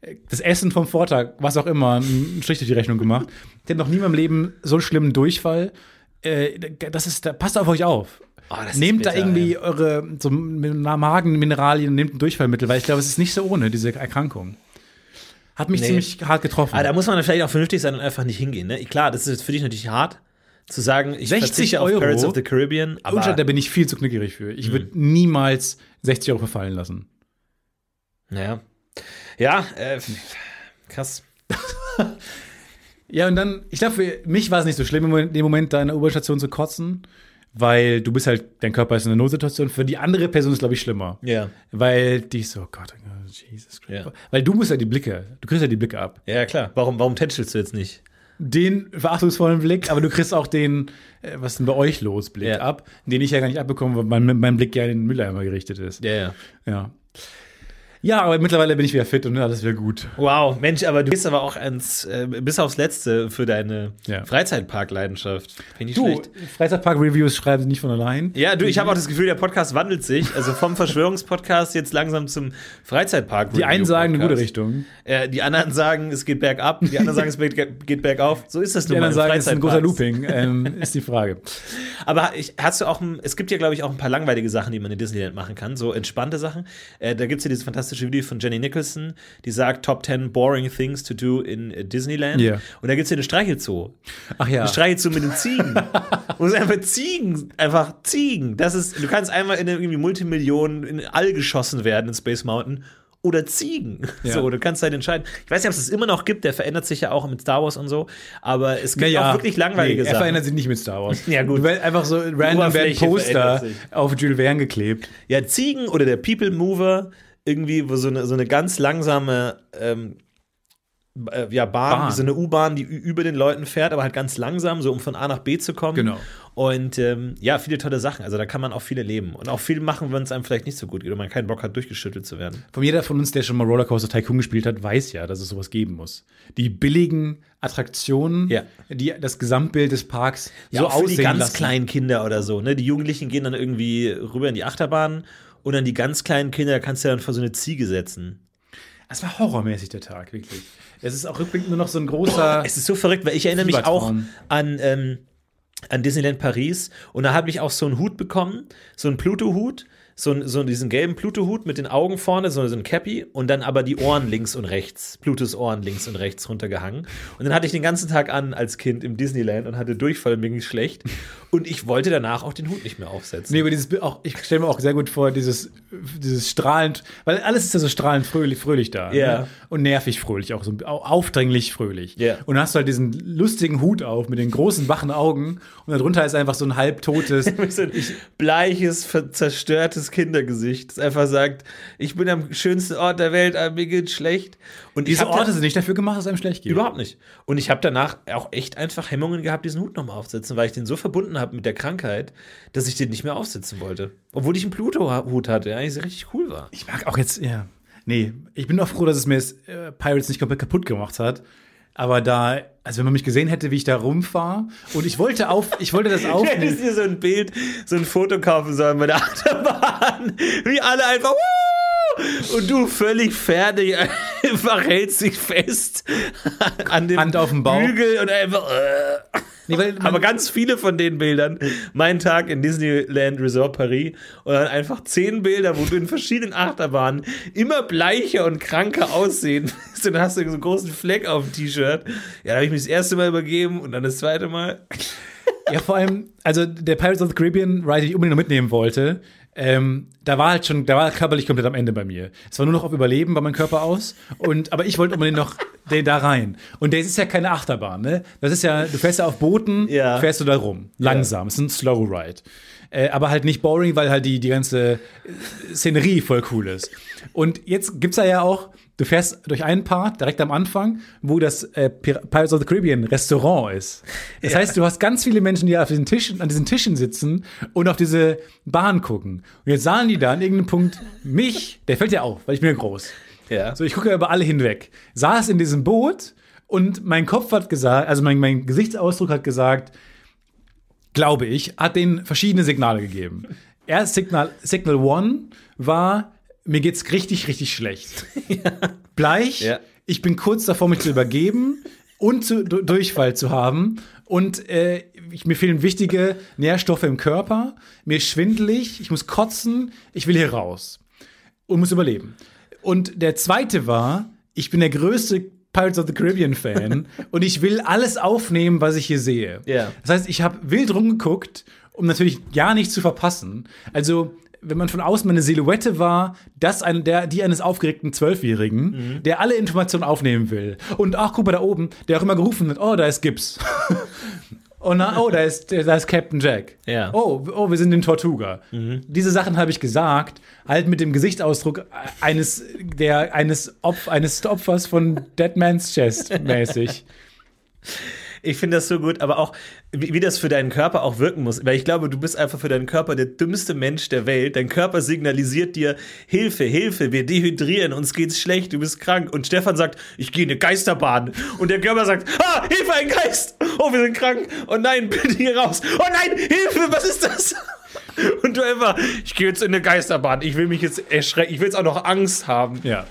Speaker 2: äh, das Essen vom Vortag, was auch immer, einen Strich durch die Rechnung gemacht. Ich hatte noch nie in meinem Leben so einen schlimmen Durchfall. Äh, das ist, da, passt auf euch auf.
Speaker 1: Oh, das ist
Speaker 2: nehmt da
Speaker 1: bitter,
Speaker 2: irgendwie
Speaker 1: ey.
Speaker 2: eure so Magenmineralien, nehmt ein Durchfallmittel, weil ich glaube, es ist nicht so ohne, diese Erkrankung. Hat mich
Speaker 1: Nee.
Speaker 2: ziemlich hart getroffen.
Speaker 1: Aber Ah, da muss man dann vielleicht auch vernünftig sein und einfach nicht hingehen. Ne? Klar, das ist jetzt für dich natürlich hart, zu sagen, ich
Speaker 2: 60
Speaker 1: verzichte
Speaker 2: Euro?
Speaker 1: auf Pirates of the Caribbean, aber Mhm.
Speaker 2: Unstadt, da bin ich viel zu knickerig für. Ich würde niemals 60 Euro verfallen lassen.
Speaker 1: naja. Ja, äh, pf, krass.
Speaker 2: Ja, und dann, ich glaube, für mich war es nicht so schlimm, in dem Moment da in der U-Bahn-Station zu kotzen, weil du bist halt, dein Körper ist in einer Notsituation. Für die andere Person ist, glaube ich, schlimmer.
Speaker 1: Ja.
Speaker 2: Weil die ist so, oh Gott, oh Jesus Christ.
Speaker 1: Ja.
Speaker 2: Weil du musst ja die Blicke, du kriegst ja die Blicke ab.
Speaker 1: Ja, klar. Warum, warum tätschelst du jetzt nicht?
Speaker 2: den verachtungsvollen Blick, aber du kriegst auch den, äh, was ist denn bei euch los, Blick
Speaker 1: Ja.
Speaker 2: ab, den ich ja gar nicht abbekomme, weil mein, mein Blick ja in den Mülleimer gerichtet ist.
Speaker 1: Ja, ja.
Speaker 2: Ja. Ja, aber mittlerweile bin ich wieder fit und alles wieder gut.
Speaker 1: Wow, Mensch, aber du bist aber auch ans, äh, bis aufs Letzte für deine
Speaker 2: Ja.
Speaker 1: Freizeitpark-Leidenschaft. Finde ich
Speaker 2: Du, mhm.
Speaker 1: schlecht.
Speaker 2: Freizeitpark-Reviews schreiben sie nicht von allein.
Speaker 1: Ja, du, ich habe auch das Gefühl, der Podcast wandelt sich. Also vom Verschwörungspodcast jetzt langsam zum Freizeitpark.
Speaker 2: Die einen sagen eine gute Richtung,
Speaker 1: Äh, die anderen sagen, es geht bergab. Die anderen sagen, es geht geht bergauf. So ist das
Speaker 2: die
Speaker 1: nun mal.
Speaker 2: anderen
Speaker 1: in
Speaker 2: sagen, es ist ein großer
Speaker 1: Freizeitparks.
Speaker 2: Looping, ähm, ist die Frage.
Speaker 1: Aber ich, hast du auch, ein- es gibt ja, glaube ich, auch ein paar langweilige Sachen, die man in Disneyland machen kann, so entspannte Sachen. Äh, da gibt es ja dieses fantastische Video von Jenny Nicholson, die sagt, Top 10 Boring Things to Do in äh, Disneyland.
Speaker 2: Ja.
Speaker 1: Und da gibt es ja eine Streichelzoo.
Speaker 2: Ach ja.
Speaker 1: Eine Streichelzoo mit den Ziegen. Wo es einfach Ziegen, einfach Ziegen. Das ist, du kannst einmal in eine irgendwie Multimillionen in All geschossen werden in Space Mountain. Oder Ziegen.
Speaker 2: Ja.
Speaker 1: So, du kannst halt entscheiden. Ich weiß nicht, ob es das immer noch gibt, der verändert sich ja auch mit Star Wars und so, aber es gibt auch wirklich langweilige
Speaker 2: nee, Er
Speaker 1: Sachen.
Speaker 2: verändert sich nicht mit Star Wars.
Speaker 1: Ja, gut.
Speaker 2: Du wirst einfach so random werden
Speaker 1: Oberfläche verändert
Speaker 2: Poster
Speaker 1: sich.
Speaker 2: auf Jules Verne geklebt.
Speaker 1: Ja, Ziegen oder der People Mover, irgendwie wo so eine, so eine ganz langsame ähm, b- äh, ja, Bahn,
Speaker 2: Bahn.
Speaker 1: Wie so eine U-Bahn, die ü- über den Leuten fährt, aber halt ganz langsam, so um von A nach B zu kommen.
Speaker 2: Genau.
Speaker 1: Und ähm, ja, viele tolle Sachen. Also da kann man auch viele leben. Und auch viel machen, wenn es einem vielleicht nicht so gut geht und man keinen Bock hat, durchgeschüttelt zu werden.
Speaker 2: Von jeder von uns, der schon mal Rollercoaster Tycoon gespielt hat, weiß ja, dass es sowas geben muss. Die billigen Attraktionen,
Speaker 1: Ja.
Speaker 2: die das Gesamtbild des Parks
Speaker 1: Ja,
Speaker 2: so
Speaker 1: auch für
Speaker 2: aussehen
Speaker 1: die ganz
Speaker 2: lassen.
Speaker 1: kleinen Kinder oder so. Ne? Die Jugendlichen gehen dann irgendwie rüber in die Achterbahn und dann die ganz kleinen Kinder kannst du dann vor so eine Ziege setzen.
Speaker 2: Es war horrormäßig der Tag, wirklich. Es ist auch rückblickend nur noch so ein großer.
Speaker 1: Oh, Es ist so verrückt, weil ich erinnere mich auch
Speaker 2: Fiebertraum.
Speaker 1: an, ähm, an Disneyland Paris und da habe ich auch so einen Hut bekommen, so einen Pluto-Hut, so, einen- so diesen gelben Pluto-Hut mit den Augen vorne, so, so ein Cappy und dann aber die Ohren links und rechts, Plutos Ohren links und rechts runtergehangen. Und dann hatte ich den ganzen Tag an als Kind im Disneyland und hatte Durchfall und mir ging schlecht. Und ich wollte danach auch den Hut nicht mehr aufsetzen.
Speaker 2: Nee, aber dieses, Bi- auch, ich stelle mir auch sehr gut vor, dieses, dieses strahlend, weil alles ist ja so strahlend fröhlich, fröhlich da.
Speaker 1: Ja.
Speaker 2: Ne? Und nervig fröhlich, auch so ein- au- aufdringlich fröhlich.
Speaker 1: Ja.
Speaker 2: Und dann hast du halt diesen lustigen Hut auf mit den großen, wachen Augen und darunter ist einfach so ein halbtotes.
Speaker 1: so ein bleiches, ver- zerstörtes Kindergesicht, das einfach sagt, ich bin am schönsten Ort der Welt, aber mir geht's schlecht. Und ich
Speaker 2: Diese
Speaker 1: hab da-
Speaker 2: Orte sind nicht dafür gemacht, dass es einem schlecht geht.
Speaker 1: Überhaupt nicht. Und ich habe danach auch echt einfach Hemmungen gehabt, diesen Hut nochmal aufzusetzen, weil ich den so verbunden habe mit der Krankheit, dass ich den nicht mehr aufsetzen wollte. Obwohl ich einen Pluto-Hut hatte, der eigentlich so richtig cool war.
Speaker 2: Ich mag auch jetzt, ja. Nee, ich bin auch froh, dass es mir das, äh, Pirates nicht komplett kaputt gemacht hat. Aber da, also wenn man mich gesehen hätte, wie ich da rumfahre und ich wollte auf, ich wollte das
Speaker 1: Du hättest
Speaker 2: aufnehmen.
Speaker 1: dir so ein Bild, so ein Foto kaufen sollen bei der Achterbahn, wie alle einfach "Wuh!" und du völlig fertig einfach hältst dich fest an dem
Speaker 2: Hand auf dem Bauch.
Speaker 1: Bügel und einfach äh.
Speaker 2: Nee, weil man-
Speaker 1: Aber ganz viele von den Bildern, mein Tag in Disneyland Resort Paris und dann einfach zehn Bilder, wo du in verschiedenen Achterbahnen immer bleicher und kranker aussehen bist. Und dann hast du so einen großen Fleck auf dem T-Shirt. Ja, da habe ich mich das erste Mal übergeben und dann das zweite Mal.
Speaker 2: Ja, vor allem, also der Pirates of the Caribbean Ride, den ich unbedingt noch mitnehmen wollte, ähm, da war halt schon, da war körperlich komplett am Ende bei mir. Es war nur noch auf Überleben bei meinem Körper aus. Und, aber ich wollte unbedingt noch den da rein. Und das ist ja keine Achterbahn, ne? Das ist ja, du fährst ja auf Booten,
Speaker 1: Ja.
Speaker 2: fährst du da rum. Langsam. Es ist ein Slow Ride. Äh, aber halt nicht boring, weil halt die, die ganze Szenerie voll cool ist. Und jetzt gibt's da ja auch, du fährst durch einen Part direkt am Anfang, wo das äh, Pir- Pirates of the Caribbean Restaurant ist. Das heißt, du hast ganz viele Menschen, die auf diesen Tischen, an diesen Tischen sitzen und auf diese Bahn gucken. Und jetzt sahen die da an irgendeinem Punkt mich, der fällt ja auf, weil ich bin ja groß.
Speaker 1: Ja.
Speaker 2: So, ich gucke über alle hinweg. Saß in diesem Boot und mein Kopf hat gesagt, also mein, mein Gesichtsausdruck hat gesagt, glaube ich, hat denen verschiedene Signale gegeben. Erst Signal, Signal One war, mir geht's richtig, richtig schlecht. Bleich,
Speaker 1: Ja.
Speaker 2: ich bin kurz davor, mich zu übergeben und zu, du, Durchfall zu haben. Und äh, ich, mir fehlen wichtige Nährstoffe im Körper, mir ist schwindelig, ich muss kotzen, ich will hier raus und muss überleben. Und der zweite war, ich bin der größte Pirates of the Caribbean Fan und ich will alles aufnehmen, was ich hier sehe.
Speaker 1: Ja.
Speaker 2: Das heißt, ich habe wild rumgeguckt, um natürlich ja nichts zu verpassen. Also, wenn man von außen meine Silhouette war, das ein, der, die eines aufgeregten Zwölfjährigen, der alle Informationen aufnehmen will. Und ach, guck mal da oben, der auch immer gerufen hat, oh, da ist Gibbs. Oh, na, oh da, ist, da ist Captain Jack.
Speaker 1: Ja. Mhm.
Speaker 2: Oh, oh, wir sind in Tortuga. Diese Sachen habe ich gesagt, halt mit dem Gesichtsausdruck eines, der, eines, Opf, eines Opfers von Dead Man's Chest mäßig.
Speaker 1: Ich finde das so gut, aber auch, wie, wie das für deinen Körper auch wirken muss. Weil ich glaube, du bist einfach für deinen Körper der dümmste Mensch der Welt. Dein Körper signalisiert dir, Hilfe, Hilfe, wir dehydrieren, uns geht's schlecht, du bist krank. Und Stefan sagt, ich gehe in eine Geisterbahn. Und der Körper sagt, ah, Hilfe, ein Geist. Oh, wir sind krank. Oh nein, bitte hier raus. Oh nein, Hilfe, was ist das? Und du einfach, ich gehe jetzt in eine Geisterbahn. Ich will mich jetzt erschrecken. Ich will jetzt auch noch Angst haben.
Speaker 2: ja.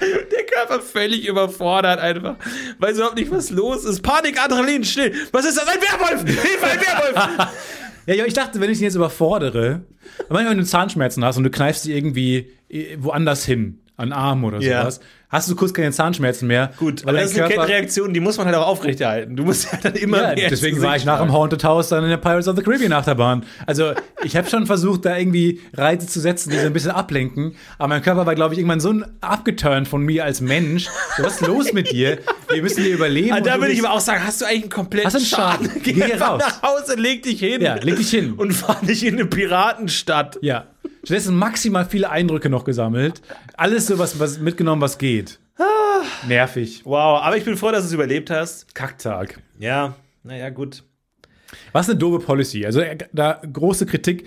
Speaker 1: Der Körper völlig überfordert einfach. Weiß überhaupt nicht, was los ist. Panik, Adrenalin, schnell. Was ist das? Ein Werwolf! Hilfe, ein Werwolf!
Speaker 2: Ja, ja, ich dachte, wenn ich ihn jetzt überfordere, manchmal, wenn du Zahnschmerzen hast und du kneifst die irgendwie eh, woanders hin, an den Arm oder
Speaker 1: Ja.
Speaker 2: sowas, hast du kurz keine Zahnschmerzen mehr.
Speaker 1: Gut, also
Speaker 2: weil
Speaker 1: aber das
Speaker 2: dein
Speaker 1: ist eine
Speaker 2: also Körper.
Speaker 1: Kettenreaktion, die muss man halt auch aufrechterhalten. Du musst ja dann immer
Speaker 2: Ja,
Speaker 1: mehr
Speaker 2: deswegen
Speaker 1: ins
Speaker 2: war ich
Speaker 1: Gesicht
Speaker 2: nach dem
Speaker 1: schlagen.
Speaker 2: Haunted House dann in der Pirates of the Caribbean Achterbahn. Also ich habe schon versucht, da irgendwie Reize zu setzen, die so ein bisschen ablenken. Aber mein Körper war, glaube ich, irgendwann so ein abgeturnt von mir als Mensch. So, was ist los mit dir? Wir müssen hier überleben.
Speaker 1: Und Ah, da
Speaker 2: du
Speaker 1: würde ich
Speaker 2: bist-
Speaker 1: aber auch sagen, hast du eigentlich einen kompletten
Speaker 2: Hast du einen
Speaker 1: Schaden?
Speaker 2: Schaden? Geh hier
Speaker 1: einfach
Speaker 2: raus.
Speaker 1: nach Hause, leg dich hin.
Speaker 2: Ja, leg dich hin.
Speaker 1: Und fahr nicht in eine Piratenstadt.
Speaker 2: ja. Stattdessen maximal viele Eindrücke noch gesammelt. Alles so was, was mitgenommen, was geht.
Speaker 1: Ah.
Speaker 2: Nervig.
Speaker 1: Wow, aber ich bin froh, dass du es überlebt hast.
Speaker 2: Kacktag.
Speaker 1: Ja, naja, gut.
Speaker 2: Was eine doofe Policy. Also äh, da große Kritik.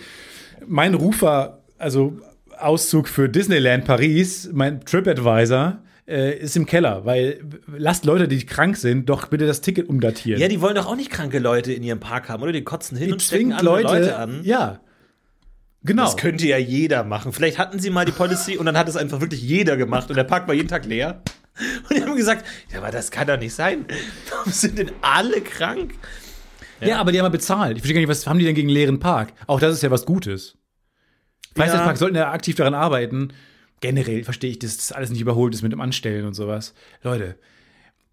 Speaker 2: Mein Rufer, also Auszug für Disneyland Paris, mein TripAdvisor, äh, ist im Keller, weil äh, lasst Leute, die krank sind, doch bitte das Ticket umdatieren.
Speaker 1: Ja, die wollen doch auch nicht kranke Leute in ihrem Park haben, oder? Die kotzen hin
Speaker 2: Die
Speaker 1: und stecken andere Leute an.
Speaker 2: Ja. Genau.
Speaker 1: Das könnte ja jeder machen. Vielleicht hatten sie mal die Policy und dann hat es einfach wirklich jeder gemacht und der Park war jeden Tag leer. Und die haben gesagt, ja, aber das kann doch nicht sein. Warum sind denn alle krank?
Speaker 2: ja. aber die haben ja bezahlt. Ich verstehe gar nicht, was haben die denn gegen leeren Park? Auch das ist ja was Gutes. Freizeitpark sollten ja aktiv daran arbeiten. Generell verstehe ich, dass das alles nicht überholt ist mit dem Anstellen und sowas. Leute,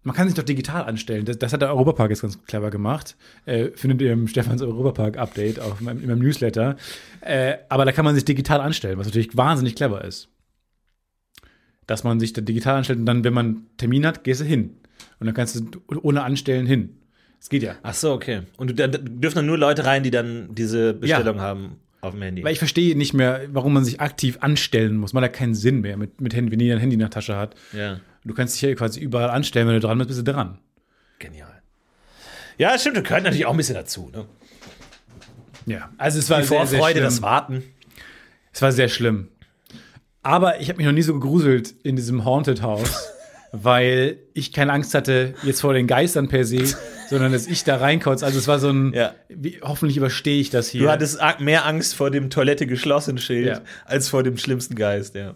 Speaker 2: Man kann sich doch digital anstellen. Das, das hat der Europapark jetzt ganz clever gemacht. Äh, findet ihr im Stefans Europapark-Update auf meinem, in meinem Newsletter. Äh, aber da kann man sich digital anstellen, was natürlich wahnsinnig clever ist. Dass man sich da digital anstellt und dann, wenn man einen Termin hat, gehst du hin. Und dann kannst du ohne Anstellen hin. Das geht ja.
Speaker 1: Ach so, okay. Und da da dürfen dann nur Leute rein, die dann diese Bestellung haben auf dem Handy.
Speaker 2: Weil ich verstehe nicht mehr, warum man sich aktiv anstellen muss. Man hat keinen Sinn mehr mit, mit Handy, wenn jeder ein Handy in der Tasche hat.
Speaker 1: ja.
Speaker 2: Du kannst dich hier quasi überall anstellen, wenn du dran bist, bist du dran.
Speaker 1: Genial. Ja, stimmt, und gehört natürlich auch ein bisschen dazu. Ne?
Speaker 2: Ja. Also es war sehr, sehr schlimm.
Speaker 1: Warten.
Speaker 2: Es war sehr schlimm. Aber ich habe mich noch nie so gegruselt in diesem Haunted House, weil ich keine Angst hatte jetzt vor den Geistern per se, sondern dass ich da reinkotze. Also es war so ein,
Speaker 1: Ja.
Speaker 2: wie, hoffentlich überstehe ich das hier.
Speaker 1: Du hattest a- mehr Angst vor dem Toilette geschlossen Schild
Speaker 2: Ja.
Speaker 1: als vor dem schlimmsten Geist, ja.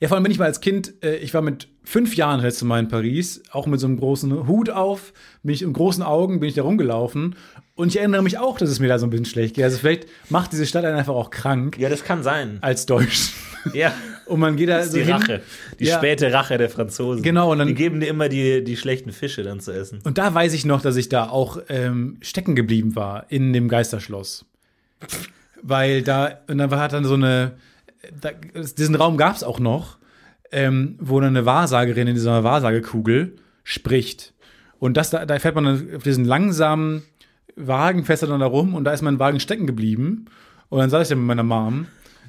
Speaker 2: Ja, vor allem bin ich mal als Kind, äh, ich war mit fünf Jahren das letzte Mal in Paris, auch mit so einem großen Hut auf, bin ich in großen Augen, bin ich da rumgelaufen. Und ich erinnere mich auch, dass es mir da so ein bisschen schlecht geht. Also vielleicht macht diese Stadt einen einfach auch krank
Speaker 1: Ja, das kann sein.
Speaker 2: als Deutsch.
Speaker 1: Ja.
Speaker 2: Und man geht da
Speaker 1: Das ist
Speaker 2: so
Speaker 1: die
Speaker 2: Also hin.
Speaker 1: Rache. Die
Speaker 2: Ja.
Speaker 1: späte Rache der Franzosen.
Speaker 2: Genau, und dann-
Speaker 1: die geben dir immer die, die schlechten Fische dann zu essen.
Speaker 2: Und da weiß ich noch, dass ich da auch ähm, stecken geblieben war in dem Geisterschloss. Weil da, und dann war dann so eine, da, diesen Raum gab es auch noch, ähm, wo dann eine Wahrsagerin in dieser Wahrsagekugel spricht. Und das, da, da fährt man dann auf diesen langsamen Wagen, fährt er dann da rum und da ist mein Wagen stecken geblieben. Und dann saß ich dann mit meiner Mom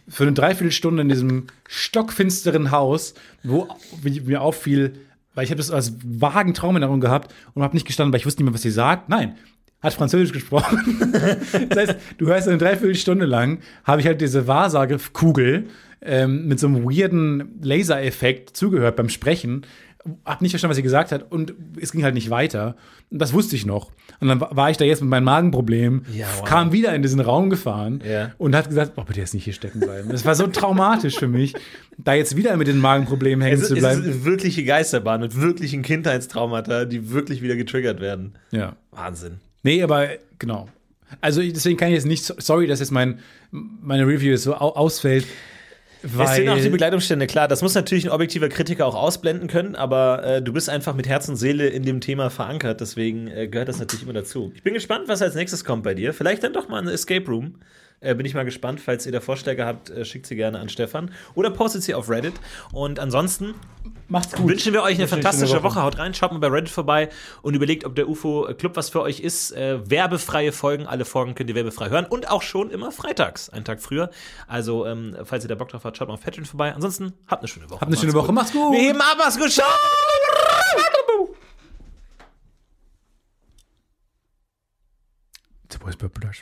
Speaker 2: für eine Dreiviertelstunde in diesem stockfinsteren Haus, wo wie mir auffiel, weil ich habe das als vagen Traum in Erinnerung gehabt und habe nicht gestanden, weil ich wusste nicht mehr, was sie sagt. Nein, hat Französisch gesprochen. das heißt, du hörst eine Dreiviertelstunde lang, habe ich halt diese Wahrsagekugel ähm, mit so einem weirden Lasereffekt zugehört beim Sprechen. Hab nicht verstanden, was sie gesagt hat und es ging halt nicht weiter. Und das wusste ich noch. Und dann war ich da jetzt mit meinem Magenproblem,
Speaker 1: Ja, wow.
Speaker 2: kam wieder in diesen Raum gefahren
Speaker 1: Ja.
Speaker 2: und hat gesagt, oh, bitte jetzt nicht hier stecken bleiben. Das war so traumatisch für mich, da jetzt wieder mit den Magenproblemen hängen
Speaker 1: Es ist,
Speaker 2: zu
Speaker 1: es
Speaker 2: bleiben.
Speaker 1: ist wirkliche Geisterbahn mit wirklichen Kindheitstraumata, die wirklich wieder getriggert werden.
Speaker 2: Ja.
Speaker 1: Wahnsinn.
Speaker 2: Nee, aber genau. Also ich- deswegen kann ich jetzt nicht, sorry, dass jetzt mein, meine Review jetzt so au ausfällt. Weil
Speaker 1: Es sind auch die Begleitumstände, klar. Das muss natürlich ein objektiver Kritiker auch ausblenden können, aber äh, du bist einfach mit Herz und Seele in dem Thema verankert, deswegen äh, gehört das natürlich immer dazu. Ich bin gespannt, was als nächstes kommt bei dir. Vielleicht dann doch mal eine Escape Room. Äh, bin ich mal gespannt. Falls ihr da Vorschläge habt, äh, schickt sie gerne an Stefan oder postet sie auf Reddit. Und ansonsten
Speaker 2: macht's gut.
Speaker 1: wünschen wir euch eine
Speaker 2: Wünsche euch
Speaker 1: fantastische
Speaker 2: eine
Speaker 1: Woche. Haut rein, schaut mal bei Reddit vorbei und überlegt, ob der UFO Club was für euch ist. Äh, werbefreie Folgen, alle Folgen könnt ihr werbefrei hören und auch schon immer freitags, einen Tag früher. Also, ähm, falls ihr da Bock drauf habt, schaut mal auf Patreon vorbei. Ansonsten habt eine schöne Woche.
Speaker 2: Habt eine schöne Woche. Macht's gut.
Speaker 1: Wir heben ab, was geschafft!
Speaker 2: The boys were blush.